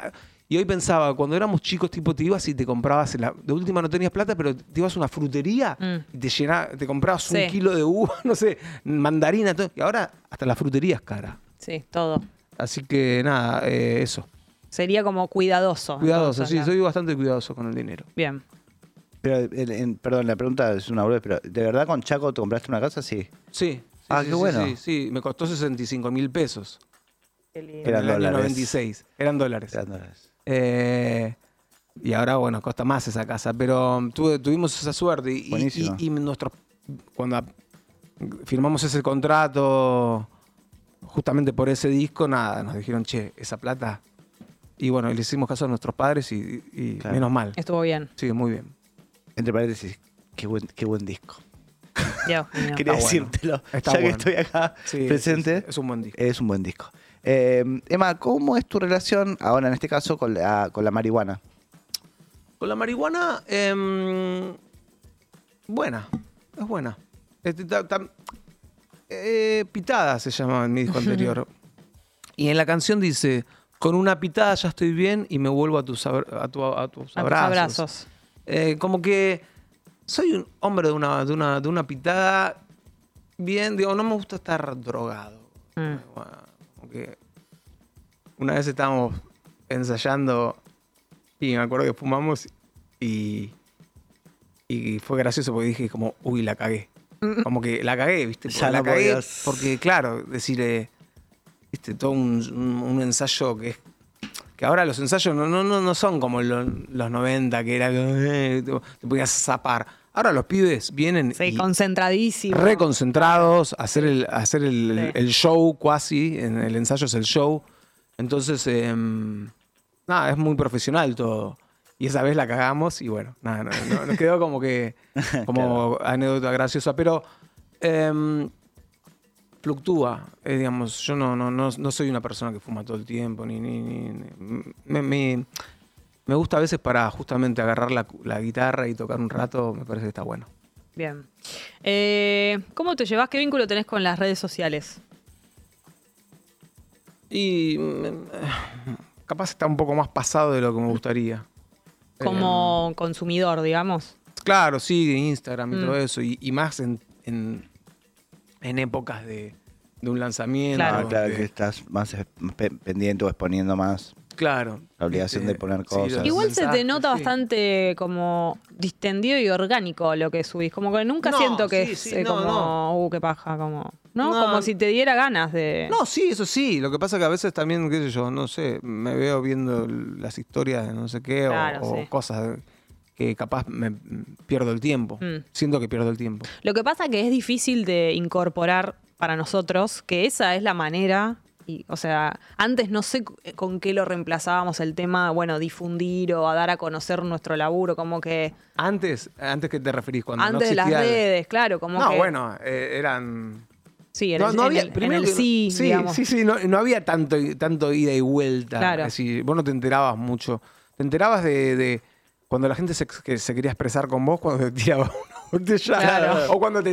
S5: y hoy pensaba, cuando éramos chicos, tipo, te ibas y te comprabas, la, de última no tenías plata, pero te ibas a una frutería
S3: Mm.
S5: y te, llena- te comprabas
S3: Sí.
S5: un kilo de uva, <laughs> no sé, mandarina, todo. Y ahora hasta la frutería es cara.
S3: Sí, todo.
S5: Así que nada, eh, eso.
S3: Sería como cuidadoso.
S5: Cuidadoso,
S3: entonces,
S5: sí,
S3: la-
S5: soy bastante cuidadoso con el dinero.
S3: Bien.
S4: Pero, el- en- perdón, la pregunta es una boludez, pero ¿de verdad con Chaco te compraste una casa? Sí.
S5: Sí. sí,
S4: Ah,
S5: sí,
S4: qué
S5: sí,
S4: bueno.
S5: Sí, sí, me costó 65 mil pesos.
S4: Eran
S5: en el año
S4: dólares.
S5: 96. Eran dólares.
S4: Eran dólares.
S5: Eh, y ahora, bueno, costa más esa casa, pero um, tuve- tuvimos esa suerte. Y, y,
S4: Buenísimo.
S5: y- y nuestro- cuando firmamos ese contrato, justamente por ese disco, nada, nos dijeron, che, esa plata. Y bueno, le hicimos caso a nuestros padres y, y
S4: Claro.
S5: menos mal.
S3: Estuvo bien.
S5: Sí, muy bien.
S4: Entre paréntesis, qué buen, qué buen disco.
S3: Dios
S5: <laughs>
S3: mío.
S4: Quería
S5: bueno.
S4: decírtelo,
S5: Está
S4: ya que
S5: bueno.
S4: estoy acá
S5: Sí, sí,
S4: presente.
S5: sí, es un buen disco.
S4: Es un buen disco. Eh, Emma, ¿cómo es tu relación ahora, en este caso, con la, con la marihuana?
S5: Con la marihuana, em, buena, es buena. Este, ta- tam- eh, pitada se llama en mi disco anterior. y en la canción dice, con una pitada ya estoy bien y me vuelvo a tus, abra- a tu- a tus
S3: A tus
S5: abrazos.
S3: abrazos.
S5: Eh, como que soy un hombre de una, de una, de una pitada bien, digo, no me gusta estar drogado.
S3: Mm.
S5: Bueno, como que una vez estábamos ensayando y me acuerdo que fumamos y, y fue gracioso porque dije como, uy, la cagué. Como que la cagué, ¿viste?
S4: Ya
S5: la
S4: no
S5: cagué
S4: podías.
S5: porque, claro, decir, eh, ¿viste? Todo un, un- un ensayo que es... Que ahora los ensayos no, no, no, no son como lo- los 90, que era... eh, te te ponías a zapar. Ahora los pibes vienen
S3: Sí,
S5: y-
S3: concentradísimo.
S5: reconcentrados, hacer el, hacer el,
S3: Sí.
S5: el show cuasi, en el ensayo es el show. Entonces, em, nada, es muy profesional todo. Y esa vez la cagamos y bueno, nada, no- no- nos quedó como que, como anécdota graciosa, pero em, fluctúa, eh, digamos, yo no, no, no, no soy una persona que fuma todo el tiempo, ni, ni, ni- ni- me, me- me gusta a veces para justamente agarrar la, la guitarra y tocar un rato, me parece que está bueno.
S3: Bien. Eh, ¿Cómo te llevas? ¿Qué vínculo tenés con las redes sociales?
S5: Y mm, <sighs> eh, capaz está un poco más pasado de lo que me gustaría.
S3: Como consumidor, digamos.
S5: Eh, claro, sí, de Instagram y
S3: Mm.
S5: todo eso. Y, y más en, en, en épocas de, de un lanzamiento.
S3: Claro.
S4: Ah, claro,
S5: de-
S4: que estás más eh, pe- pendiente o exponiendo más.
S5: claro.
S4: La obligación de poner cosas.
S5: los
S3: Igual se te
S5: mensajes,
S3: nota
S5: sí.
S3: bastante como distendido y orgánico lo que subís. Como que nunca
S5: No,
S3: siento que
S5: sí,
S3: es
S5: sí,
S3: eh,
S5: no,
S3: como,
S5: no.
S3: uh, qué paja, como. ¿No?
S5: No.
S3: Como si te diera ganas de.
S5: No, sí, eso sí. Lo que pasa que a veces también, qué sé yo, no sé, me veo viendo l- las historias de no sé qué o-
S3: Claro,
S5: o,
S3: sí.
S5: cosas que capaz me mm, pierdo el tiempo.
S3: Mm.
S5: Siento que pierdo el tiempo.
S3: Lo que pasa que es difícil de incorporar para nosotros que esa es la manera. Y, o sea, antes no sé cu- con qué lo reemplazábamos el tema, bueno, difundir o a dar a conocer nuestro laburo, como que
S5: Antes, antes que te referís cuando no
S3: antes de las
S5: existía el-
S3: redes, claro, como
S5: no,
S3: que
S5: bueno, eh, eran.
S3: sí, en
S5: no,
S3: el,
S5: no
S3: en
S5: había-
S3: el- en
S5: primero
S3: el
S5: que-
S3: sí,
S5: sí,
S3: digamos.
S5: sí, sí, no, no había tanto, tanto ida y vuelta.
S3: Claro.
S5: Así, vos no te enterabas mucho. Te enterabas de, de Cuando la gente se, que se quería expresar con vos, cuando te tiraba una botella,
S3: Claro.
S5: o cuando te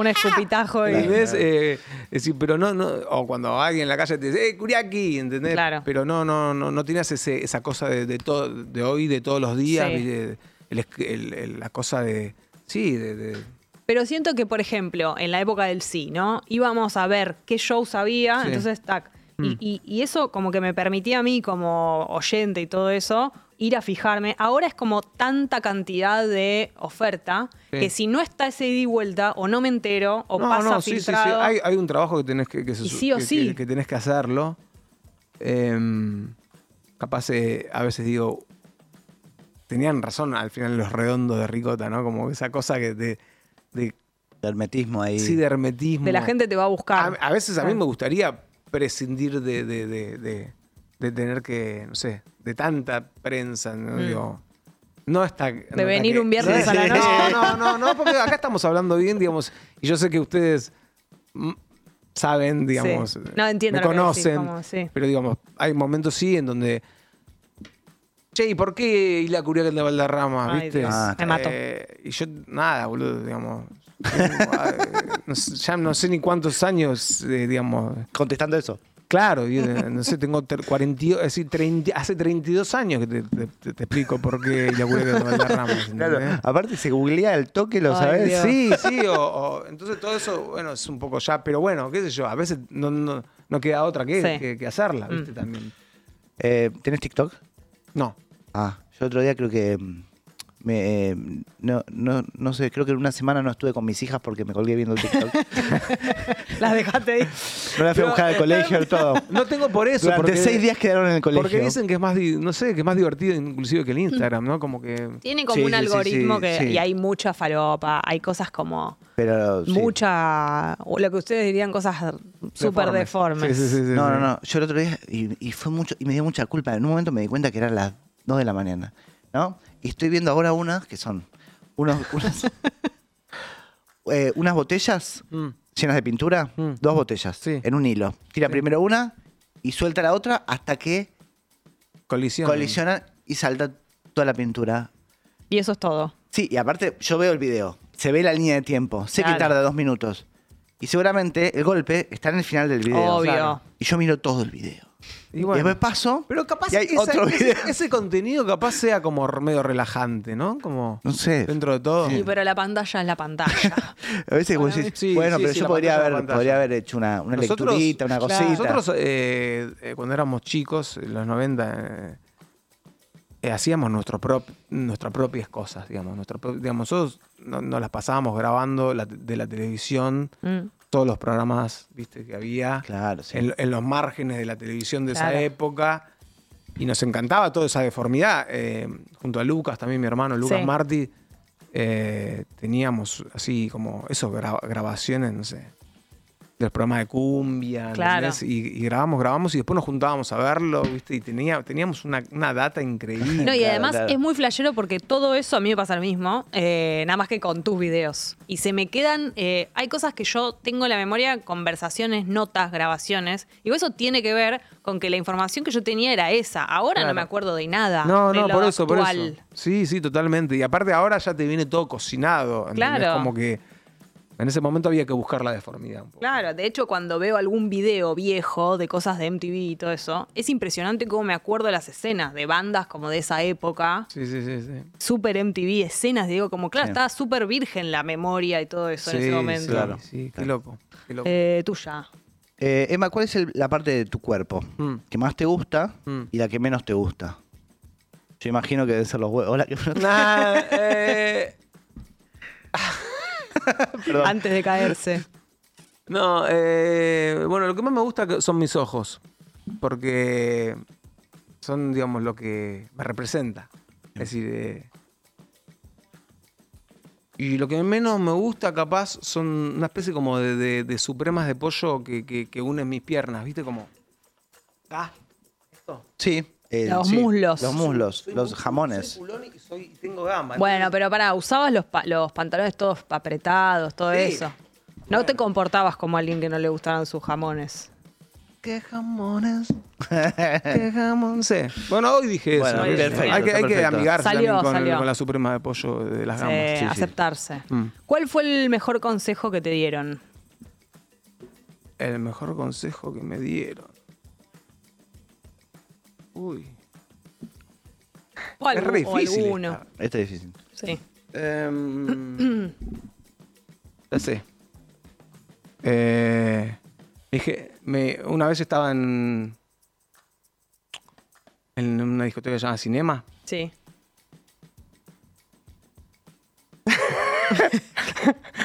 S3: <laughs> Un escupitajo y-
S5: ¿Entendés? Eh, es decir, pero no, no, o cuando alguien en la calle te dice, ¡eh, Kuriaki! ¿Entendés?
S3: Claro.
S5: Pero no, no, no, no tenías ese- esa cosa de, de, todo, de hoy, de todos los días,
S3: Sí.
S5: ¿viste? El es- el- el- la cosa de. Sí, de. de-
S3: Pero siento que, por ejemplo, en la época del sí, ¿no? Íbamos a ver qué shows había,
S5: Sí. Mm.
S3: entonces, tac. Y, y- y eso como que me permitía a mí, como oyente y todo eso, ir a fijarme. Ahora es como tanta cantidad de oferta
S5: Sí.
S3: que si no está ese ida y vuelta, o no me entero, o
S5: no,
S3: pasa
S5: no, sí, sí, sí.
S3: filtrado.
S5: Hay, hay un trabajo que tenés que, que se
S3: Y
S5: su-
S3: sí o
S5: que-
S3: sí.
S5: que- que tenés que hacerlo. Em, capaz eh, a veces digo. Tenían razón al final los redondos de Ricota, ¿no? Como esa cosa que de, de,
S4: De hermetismo ahí.
S5: sí, de hermetismo.
S3: De la gente te va a
S5: Mm. A,
S3: buscar.
S5: a veces a mí
S3: Ah.
S5: me gustaría prescindir de, de- de- de- de tener que, no sé, de tanta prensa, ¿no? Digo, no está... De
S3: Mm. venir un viernes a la noche.
S5: No, no, no, porque acá estamos hablando bien, digamos, y yo sé que ustedes mm, saben, digamos,
S3: Sí. No, entiendo
S5: me
S3: lo que decís,
S5: conocen,
S3: como, sí.
S5: pero digamos, hay momentos sí en donde... Che, ¿y por qué y la curia que de Valderrama?
S3: Ay,
S5: ¿Viste?
S3: Dios,
S4: Ah,
S3: me mato.
S5: Eh, y yo, nada, boludo, digamos. <laughs> No sé, ya no sé ni cuántos años, eh, digamos.
S4: Contestando eso.
S5: Claro, y, eh, no sé, tengo ter- 42, es decir, 30 hace 32 años que te, te- te- te explico por qué la huelga de Valderrama.
S4: Claro.
S5: ¿entendés?
S4: Aparte se googlea el toque, lo
S3: Ay,
S4: sabes.
S3: Dios.
S5: Sí, sí, o, o- entonces todo eso, bueno, es un poco ya, pero bueno, qué sé yo, a veces no, no, no queda otra que,
S3: Sí. Mm.
S5: que- que hacerla, ¿viste? También.
S4: Eh, ¿Tenés TikTok?
S5: No.
S4: Ah, yo otro día creo que mm, me, eh, no, no, no sé, creo que en una semana no estuve con mis hijas porque me colgué viendo el TikTok.
S5: <laughs>
S3: Las dejaste ahí.
S4: No las fui a
S5: Pero,
S4: buscar al
S5: eh, <laughs>
S4: colegio, todo.
S5: No tengo por eso.
S4: Durante
S5: porque-
S4: seis días quedaron en el colegio.
S5: Porque dicen que es más, di- no sé, que es más divertido inclusive que el Instagram, ¿no? Como que...
S3: Tiene como
S4: Sí,
S3: un
S4: sí, sí,
S3: algoritmo
S4: sí,
S3: que.
S4: sí.
S3: Y hay mucha falopa, hay cosas como.
S4: Pero, sí.
S3: Mucha. o Lo que ustedes dirían cosas súper deformes.
S5: Sí, sí, sí, sí,
S4: No,
S5: sí.
S4: no, no. Yo el otro día, y, y fue mucho, y me dio mucha culpa. En un momento me di cuenta que eran las 2 de la mañana, ¿no? Y estoy viendo ahora unas que son unos,
S5: <laughs>
S4: unas, eh, unas botellas
S5: Mm.
S4: llenas de pintura,
S5: Mm.
S4: dos botellas,
S5: Sí.
S4: en un hilo. Tira primero una y suelta la otra hasta que
S5: Colisión.
S4: colisionan y salta toda la pintura.
S3: Y eso es todo.
S4: Sí, y aparte yo veo el video, se ve la línea de tiempo, sé
S3: Claro.
S4: que tarda dos minutos. Y seguramente el golpe está en el final del video.
S3: Obvio.
S4: Y yo miro todo el video.
S5: Y bueno.
S4: Y después paso.
S5: Pero capaz
S4: y hay
S5: esa-
S4: otro
S5: ese,
S4: video.
S5: ese contenido capaz sea como r- medio relajante, ¿no? Como
S4: No sé.
S5: dentro de todo.
S3: Y pero la pantalla es la pantalla.
S4: A veces vos
S5: Para
S4: decís,
S5: mí- sí,
S4: bueno,
S5: sí,
S4: pero
S5: sí,
S4: yo
S5: la
S4: podría
S5: pantalla, la
S4: haber,
S5: pantalla.
S4: podría haber hecho una, una
S5: Nosotros-
S4: lecturita, una
S3: claro.
S4: cosita.
S5: Nosotros eh, eh, cuando éramos chicos, en los 90, eh, eh, hacíamos nuestro prop- nuestras propias cosas, digamos. Nuestro pro- digamos nosotros no- nos las pasábamos grabando la te- de la televisión
S3: <laughs> Mm.
S5: todos los programas viste que había
S4: Claro, sí.
S5: en, en los márgenes de la televisión de
S3: Claro.
S5: esa época. Y nos encantaba toda esa deformidad. Eh, junto a Lucas, también mi hermano Lucas
S3: Sí.
S5: Martí, eh, teníamos así como eso, gra- grabaciones, no sé, de los programas de cumbia.
S3: Claro.
S5: ¿entendés? Y, y grabamos, grabamos y después nos juntábamos a verlo, ¿viste? Y tenía, teníamos una, una data increíble.
S3: No, y
S4: Claro,
S3: además
S4: claro.
S3: es muy flashero porque todo eso a mí me pasa lo mismo, eh, nada más que con tus videos. Y se me quedan, eh, hay cosas que yo tengo en la memoria, conversaciones, notas, grabaciones. Y eso tiene que ver con que la información que yo tenía era esa. Ahora no
S5: Claro.
S3: me acuerdo de nada.
S5: No,
S3: de
S5: no,
S3: lo
S5: por eso, por
S3: actual.
S5: eso. Sí, sí, totalmente. Y aparte ahora ya te viene todo cocinado. ¿entendés?
S3: Claro.
S5: Como que en ese momento había que buscar la deformidad un poco.
S3: Claro, de hecho cuando veo algún video viejo de cosas de MTV y todo eso, es impresionante cómo me acuerdo de las escenas de bandas como de esa época.
S5: Sí, sí, sí, sí.
S3: Super MTV, escenas, digo, como claro,
S4: Sí.
S3: estaba súper virgen la memoria y todo eso en ese momento.
S5: Sí,
S4: claro.
S5: sí, qué
S4: Claro.
S5: loco. qué loco.
S3: Eh, tuya.
S4: Eh, Emma, ¿cuál es el- la parte de tu cuerpo
S5: Mm.
S4: que más te gusta
S5: Mm.
S4: y la que menos te gusta? Yo imagino que deben ser los huevos. Hola, que-
S5: Nah, eh,
S4: perdón.
S3: Antes de
S5: <laughs>
S3: caerse.
S5: no, eh, bueno, lo que más me gusta que- son mis ojos, porque son, digamos, lo que me representa. Es decir, eh, y lo que menos me gusta, capaz, son una especie como de, de- de supremas de pollo que, que- que unen mis piernas, ¿viste? Como... Ah, esto.
S4: <laughs> Sí. eh,
S3: Los
S4: sí,
S3: muslos.
S4: Los muslos,
S5: Soy
S4: los
S5: muy-
S4: jamones.
S5: Soy culón y soy- y tengo gamba.
S3: Bueno, pero pará, usabas los, pa- los pantalones todos apretados, todo
S5: Sí.
S3: eso. No te comportabas como alguien que no le gustaran sus jamones.
S5: Qué jamones. Qué jamón. Sí. Bueno, hoy dije eso.
S4: Bueno,
S5: ¿viste?
S4: perfecto,
S5: hay que,
S4: está
S5: hay que
S4: perfecto.
S5: amigarse
S3: Salió,
S5: también con,
S3: salió.
S5: con la suprema de pollo de las gamas.
S3: Eh,
S5: Ah, Sí, sí.
S3: aceptarse.
S5: Mm.
S3: ¿Cuál fue el mejor consejo que te dieron?
S5: El mejor consejo que me dieron. Uy.
S3: O
S5: Es
S3: algu-
S5: re
S3: o
S5: difícil
S3: alguno.
S5: esta.
S4: Esto es difícil.
S3: Sí.
S5: Em, ya sé. Eh, dije, me- una vez estaba en, en una discoteca llamada Cinema. <laughs>
S3: Sí.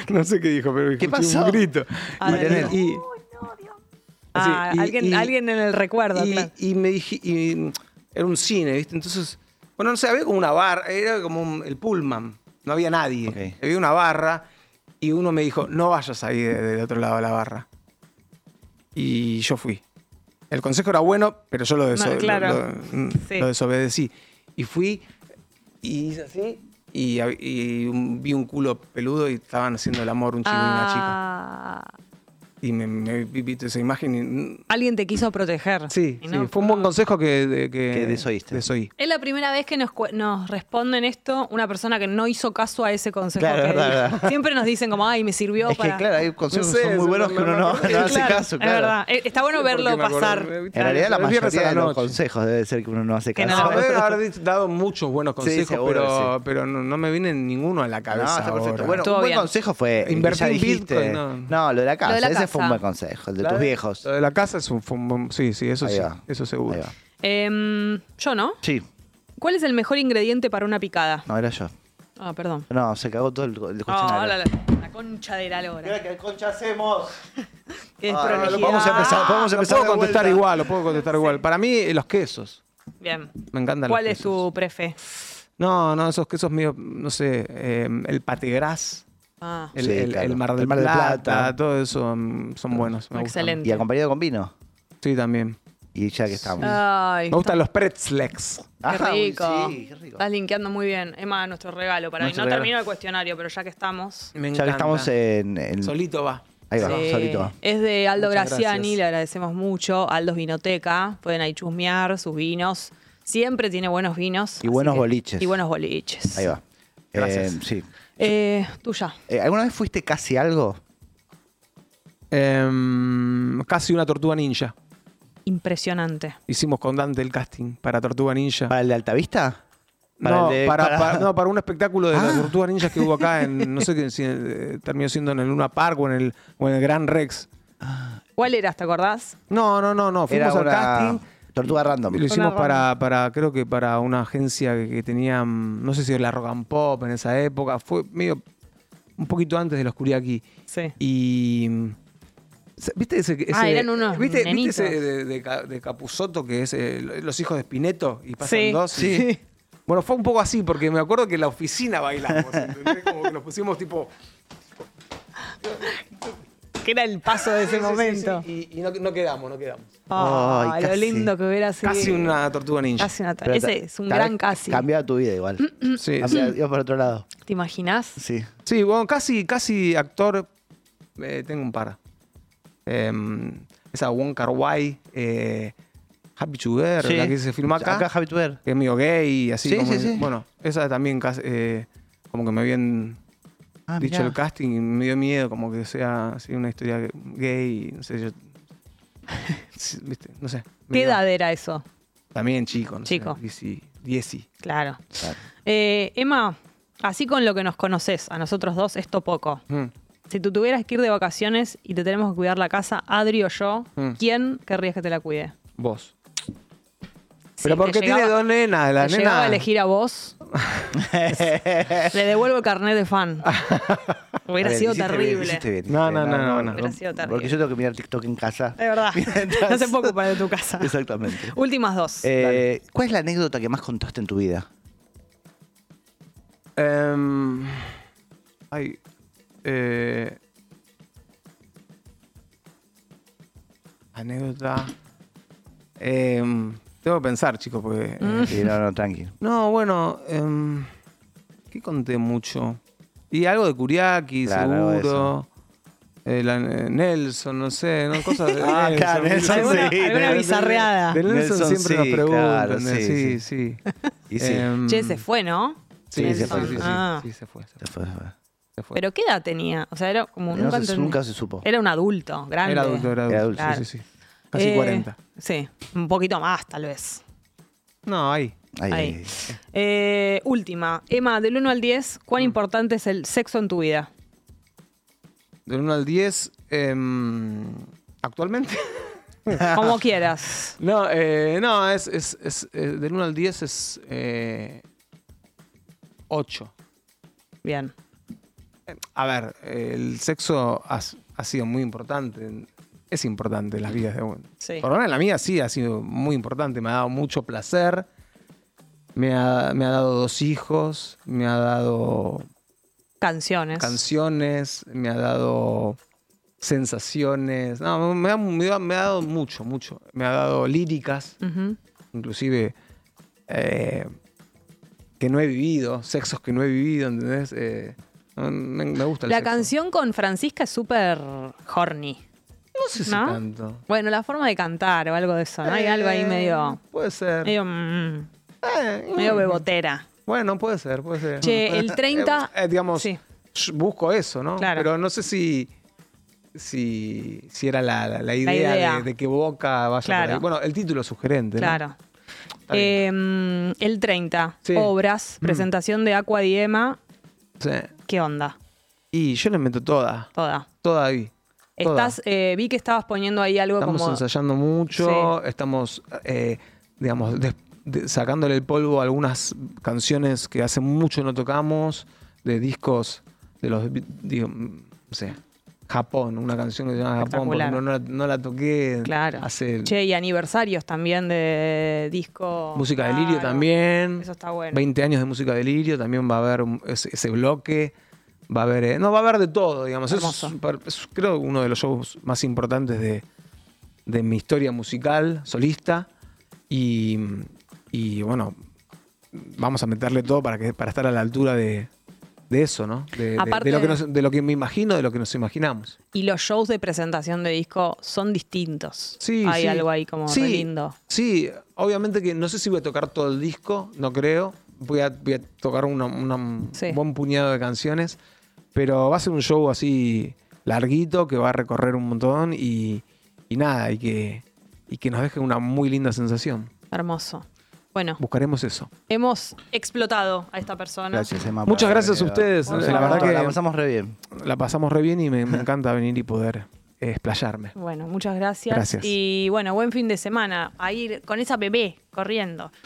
S5: No sé qué dijo, pero escuché
S4: pasó?
S5: un grito.
S3: A
S5: Y-
S3: ver.
S5: y- Así,
S3: Ah,
S5: y-
S3: alguien,
S5: y-
S3: alguien en el recuerdo,
S5: y,
S3: claro.
S5: y me dije, y, mm, era un cine, ¿viste? Entonces, bueno, no sé, había como una barra, era como un- el Pullman, no había nadie.
S4: Ok.
S5: Había una barra y uno me dijo, no vayas ahí de- del otro lado de la barra. Y yo fui. El consejo era bueno, pero yo lo, deso-
S3: No, claro.
S5: lo- lo- mm,
S3: Sí.
S5: lo desobedecí. Y fui y hice así y, hab- y un- vi un culo peludo y estaban haciendo el amor un chico
S3: Ah,
S5: y una chica. Y me, me vi vi esa imagen y mm,
S3: alguien te quiso proteger.
S5: Sí,
S3: Y no-
S5: sí, fue un buen consejo que, de- que,
S4: Que desoíste.
S5: desoí.
S3: Es la primera vez que nos, cue- nos responden esto una persona que no hizo caso a ese consejo.
S4: Claro,
S3: que
S4: verdad,
S3: dijo.
S4: verdad.
S3: <laughs> Siempre nos dicen como, ay, me sirvió
S4: Es
S3: para...
S4: que, claro, hay consejos
S5: No
S4: que
S5: sé,
S4: son muy
S5: eso
S4: buenos
S5: no
S4: que
S5: me
S4: uno no, <laughs>
S5: acordé.
S4: no hace
S3: <laughs> Claro,
S4: caso,
S3: Es
S4: claro.
S3: verdad. Eh, Está bueno verlo pasar.
S4: En realidad, la mayoría de los
S5: consejos.
S4: consejos debe ser que uno no hace
S3: Que no
S4: caso.
S3: lo-
S5: haber, haber dado muchos buenos
S4: Sí,
S5: consejos,
S4: seguro,
S5: pero, pero no, no me viene ninguno a la
S4: No,
S5: cabeza.
S4: está perfecto.
S5: ahora.
S4: Bueno,
S3: Todo
S4: un buen
S3: bien.
S4: consejo fue. el que
S5: Invertí
S4: ya
S5: en
S4: dijiste.
S5: Bitcoin, no.
S4: no. lo de la casa.
S3: la
S4: ese fue
S3: casa.
S4: un buen consejo, el de
S5: La
S4: tus
S5: de-
S4: viejos.
S5: lo de la casa es un, fue un buen- Sí, sí, eso
S4: Ahí
S5: sí,
S4: va.
S5: eso seguro.
S4: Ahí
S5: Ah,
S4: va.
S3: Em, yo no.
S4: Sí,
S3: ¿Cuál es el mejor ingrediente para una picada?
S4: no era yo.
S3: Ah, perdón.
S4: No, se cagó todo el, el
S3: Ah, la,
S4: cuestionario.
S3: la- la concha de la lora.
S4: ¿Qué concha hacemos?
S3: <laughs> Qué
S4: Ah,
S5: No, lo
S3: desprolijidad.
S5: podemos empezar, podemos
S4: Lo
S5: empezar
S4: puedo
S5: a contestar
S4: vuelta.
S5: igual, lo puedo contestar igual. Para mí, eh, los quesos.
S3: Bien.
S5: Me encantan
S3: ¿Cuál
S5: los
S3: es
S5: quesos.
S3: tu prefe?
S5: No, no, esos quesos míos, no sé, eh, el pategras.
S3: Ah,
S5: El,
S4: Sí,
S5: el-
S4: claro.
S5: el Mar del
S4: El Mar del
S5: Plata,
S4: Plata.
S5: todo eso mm, son buenos. me gustan.
S3: excelente.
S4: Y acompañado con vino.
S5: Sí, también.
S4: Y ya que estamos.
S3: Ay,
S5: Me gustan los pretzels.
S3: Ah, qué
S4: Ajá, uy,
S3: rico.
S4: sí, qué rico.
S3: Estás linkeando muy bien. Emma, nuestro regalo para
S4: Nuestro
S3: hoy. No
S4: regalo.
S3: termino el cuestionario, pero ya que estamos.
S5: Me
S4: Ya que estamos en. en-
S5: Solito va.
S4: Ahí va,
S3: Sí.
S4: solito va.
S3: Es de Aldo
S5: Muchas
S3: Graciani,
S5: gracias.
S3: le agradecemos mucho. Aldo's Vinoteca, pueden ahí chusmear sus vinos. Siempre tiene buenos vinos. así
S4: buenos
S3: que-
S4: boliches.
S3: Y buenos boliches.
S4: Ahí va.
S5: Gracias.
S4: Eh, sí.
S3: Eh, tuya.
S4: Eh, ¿Alguna vez fuiste casi algo?
S5: Em, casi una tortuga ninja.
S3: Impresionante.
S5: Hicimos con Dante el casting para Tortuga Ninja.
S4: ¿Para el de Altavista?
S5: no,
S4: el de-
S5: para,
S4: para- <laughs>
S5: para- no, para un espectáculo de las
S4: Ah.
S5: Tortugas Ninjas que hubo
S4: <laughs>
S5: acá en, no sé qué, si eh, terminó siendo en el Luna Park o en el, o en el Gran Rex.
S3: ¿Cuál eras, te acordás?
S5: No, no, no, no.
S4: Era
S5: Fuimos al
S4: una
S5: casting.
S4: tortuga random.
S5: Lo hicimos
S3: Una
S5: para, para, creo que para una agencia que, que tenía, mm, no sé si era la Rock and Pop en esa época, fue medio un poquito antes de la oscuridad aquí.
S3: Sí.
S5: Y. mm, se- ¿Viste ese.? ese-
S3: Ah, eran unos
S5: ¿Viste, viste
S3: nenitos.
S5: ese de, de Ca- de Capuzoto que es eh, Los Hijos de Spineto y pasan
S3: Sí.
S5: dos? y- Bueno, fue un poco así, porque me acuerdo que en la oficina bailamos, ¿entendés? Como que nos pusimos tipo.
S3: Que era el paso de ese
S5: Sí, sí, sí,
S3: momento.
S5: sí, y y no, no quedamos, no quedamos.
S3: Ah,
S4: Ay,
S3: lo
S4: casi.
S3: lindo que hubiera sido.
S5: Casi una tortuga ninja.
S3: Casi una
S4: Pero ta-
S3: Ese es un
S4: ta-
S3: gran casi.
S4: Cambiaba tu vida igual.
S5: Sí, sí.
S4: Cambiaba- Iba para otro lado.
S3: ¿Te imaginas?
S4: Sí.
S5: Sí, bueno, casi, casi actor. eh, tengo un par. Em, esa Wong Kar Wai, eh, Happy Sugar,
S4: Sí.
S5: la que se filmó acá,
S4: Acá Javi Tuber.
S5: que es medio gay y así.
S4: Sí,
S5: como,
S4: sí, sí.
S5: Bueno, esa también casi, eh, como que me habían
S4: Ah,
S5: dicho
S4: mirá.
S5: el casting y me dio miedo como que sea así una historia gay, y
S3: <laughs>
S5: no sé, yo... Sí, ¿Viste? No sé.
S3: ¿Qué
S5: medio-
S3: edad era eso?
S5: También chico, no
S3: Chico.
S5: sé. Dieci, dieci.
S3: Claro.
S4: <laughs> Claro.
S3: Eh, Emma, así con lo que nos conoces, a nosotros dos, esto poco.
S5: Mm.
S3: Si tú tuvieras que ir de vacaciones y te tenemos que cuidar la casa, Adri o yo,
S5: Mm.
S3: ¿quién querrías que te la cuide?
S5: Vos.
S3: Si
S5: Pero
S3: te
S5: porque tiene
S3: llegaba-
S5: dos nenas, la
S3: te llegaba
S5: nena... Eh.
S3: a elegir a vos, le devuelvo el carnet de
S5: <laughs>
S3: fan. Hubiera
S4: A ver,
S3: sido
S4: hiciste bien,
S3: terrible.
S4: hiciste bien,
S5: No,
S4: hiciste
S5: no,
S4: bien.
S5: no, no, no.
S3: Hubiera sido terrible.
S4: Porque yo tengo que mirar TikTok
S3: <laughs>
S4: en casa.
S3: De verdad.
S4: Mientras-
S3: No se puede ocupar de tu
S5: <laughs>
S3: casa.
S4: Exactamente.
S3: Últimas dos.
S4: Eh, ¿Cuál es la anécdota que más contaste en tu vida?
S5: Em, ay. eh, anécdota. Em, tengo que pensar, chicos, porque. eh,
S3: Mm.
S4: Sí, no, no, tranqui.
S5: no, bueno. em, ¿Qué conté mucho? Y algo de Kuriaki,
S4: Claro,
S5: seguro. eh, la- eh, Nelson, no sé, ¿no? cosas de
S4: <laughs> Ah, claro, Nelson,
S6: Alguna-
S4: sí.
S6: alguna
S4: Nelson.
S6: bizarreada.
S5: De Nelson,
S4: Nelson,
S5: siempre
S4: sí,
S5: nos preguntan.
S4: claro,
S5: eh,
S4: sí,
S5: sí, sí.
S4: Y sí,
S5: Em,
S3: Che, se fue, ¿no?
S4: Sí,
S5: Sí, se
S4: se
S5: fue.
S4: fue,
S5: sí, sí,
S3: ah.
S5: sí, se fue. se
S4: se fue, se fue.
S5: fue.
S3: Pero ¿qué edad tenía? O sea, era como
S4: No
S3: nunca,
S4: se-
S3: entendí.
S4: nunca se supo.
S3: Era un adulto, grande.
S5: Era adulto, era
S4: Era
S5: adulto.
S4: adulto.
S5: Sí, sí, sí. Casi
S3: Eh,
S5: 40.
S3: Sí, un poquito más tal vez.
S5: No, ahí.
S4: Ay,
S3: Ahí.
S4: ay, ay.
S3: Eh, última. Emma, del 1 al 10,
S5: Mm.
S3: ¿cuán importante es el sexo en tu
S5: <laughs>
S3: vida?
S5: Del 1 al 10, em, actualmente.
S3: Como quieras.
S5: No, eh, no, es, es, es, eh, del 1 al 10 es eh, 8.
S3: Bien.
S5: A ver, eh, el sexo ha, s- ha sido muy importante. en- Es importante en las vidas de uno.
S3: Sí.
S5: Por lo menos en la mía sí ha sido muy importante. Me ha dado mucho placer. Me ha, me ha dado dos hijos. Me ha dado
S3: Canciones.
S5: canciones. Me ha dado sensaciones. No, me, ha- me ha- me ha dado mucho, mucho. Me ha dado líricas.
S3: Ujú.
S5: inclusive eh, que no he vivido, sexos que no he vivido, ¿entendés? Eh, no, me, me gusta el
S3: La
S5: sexo.
S3: canción con Francisca es súper horny.
S5: No sé si
S3: ¿no?
S5: tanto.
S3: Bueno, la forma de cantar o algo de eso. ¿no? Hay algo ahí
S5: Eh,
S3: medio.
S5: Puede ser.
S3: medio. mm,
S5: Eh,
S3: medio
S5: mm.
S3: bebotera.
S5: Bueno, puede ser, puede ser.
S3: Che, el 30
S5: Eh, eh, digamos,
S3: sí.
S5: yo busco eso, ¿no?
S3: Claro.
S5: Pero no sé si. Si, si era la, la- la idea,
S3: idea.
S5: De, de que Boca vaya
S3: Claro.
S5: por ahí. Bueno, el título es sugerente. ¿no?
S3: Claro.
S5: Está
S3: Eh,
S5: bien.
S3: el 30,
S5: Sí. Mm.
S3: obras, presentación de Aqua Diema.
S5: Sí.
S3: ¿Qué onda?
S5: Y yo le meto toda.
S3: Toda.
S5: Toda ahí. toda.
S3: Estás, eh, vi que estabas poniendo ahí algo
S5: Estamos
S3: como.
S5: ensayando mucho, estamos, eh, digamos, des- de- sacándole el polvo a algunas canciones que hace mucho no tocamos, de discos de los, bi- digo, no sé, Japón, una canción que se llama Japón, porque
S3: Espectacular.
S5: no, no la, no la toqué
S3: Claro.
S5: hace
S3: Che, y aniversarios también de disco.
S5: música de lirio
S3: Claro.
S5: también.
S3: Eso está bueno.
S5: 20 años de música de lirio, también va a haber un- ese, ese bloque. Va a haber. eh, no, va a haber de todo, digamos. Es,
S3: Hermoso.
S5: per- es, creo uno de los shows más importantes de, de mi historia musical, solista. Y, y, bueno, vamos a meterle todo para, que, para estar a la altura de, de eso, ¿no? De, de-
S3: Aparte-
S5: de lo que nos- de lo que me imagino, de lo que nos imaginamos.
S3: Y los shows de presentación de disco son distintos.
S5: Sí,
S3: Hay
S5: sí.
S3: algo ahí como
S5: Sí,
S3: re lindo.
S5: Sí, obviamente que no sé si voy a tocar todo el disco, no creo. Voy a, voy a tocar una- una- un
S3: Sí.
S5: buen puñado de canciones, pero va a ser un show así larguito que va a recorrer un montón y, y nada, y que, y que nos deje una muy linda sensación.
S3: Hermoso. Bueno,
S5: Buscaremos eso.
S3: hemos explotado a esta persona.
S4: Gracias, Emma.
S5: Muchas
S4: por
S5: gracias a
S4: haber
S5: ustedes,
S3: eh,
S4: llegado.
S3: la
S4: Nos
S3: verdad
S4: gustó,
S5: que-
S4: La pasamos re bien.
S5: La pasamos re bien y me, me encanta venir y poder eh, explayarme.
S3: Bueno, muchas gracias.
S5: Gracias.
S3: Y bueno, buen fin de semana. A ir con esa bebé corriendo.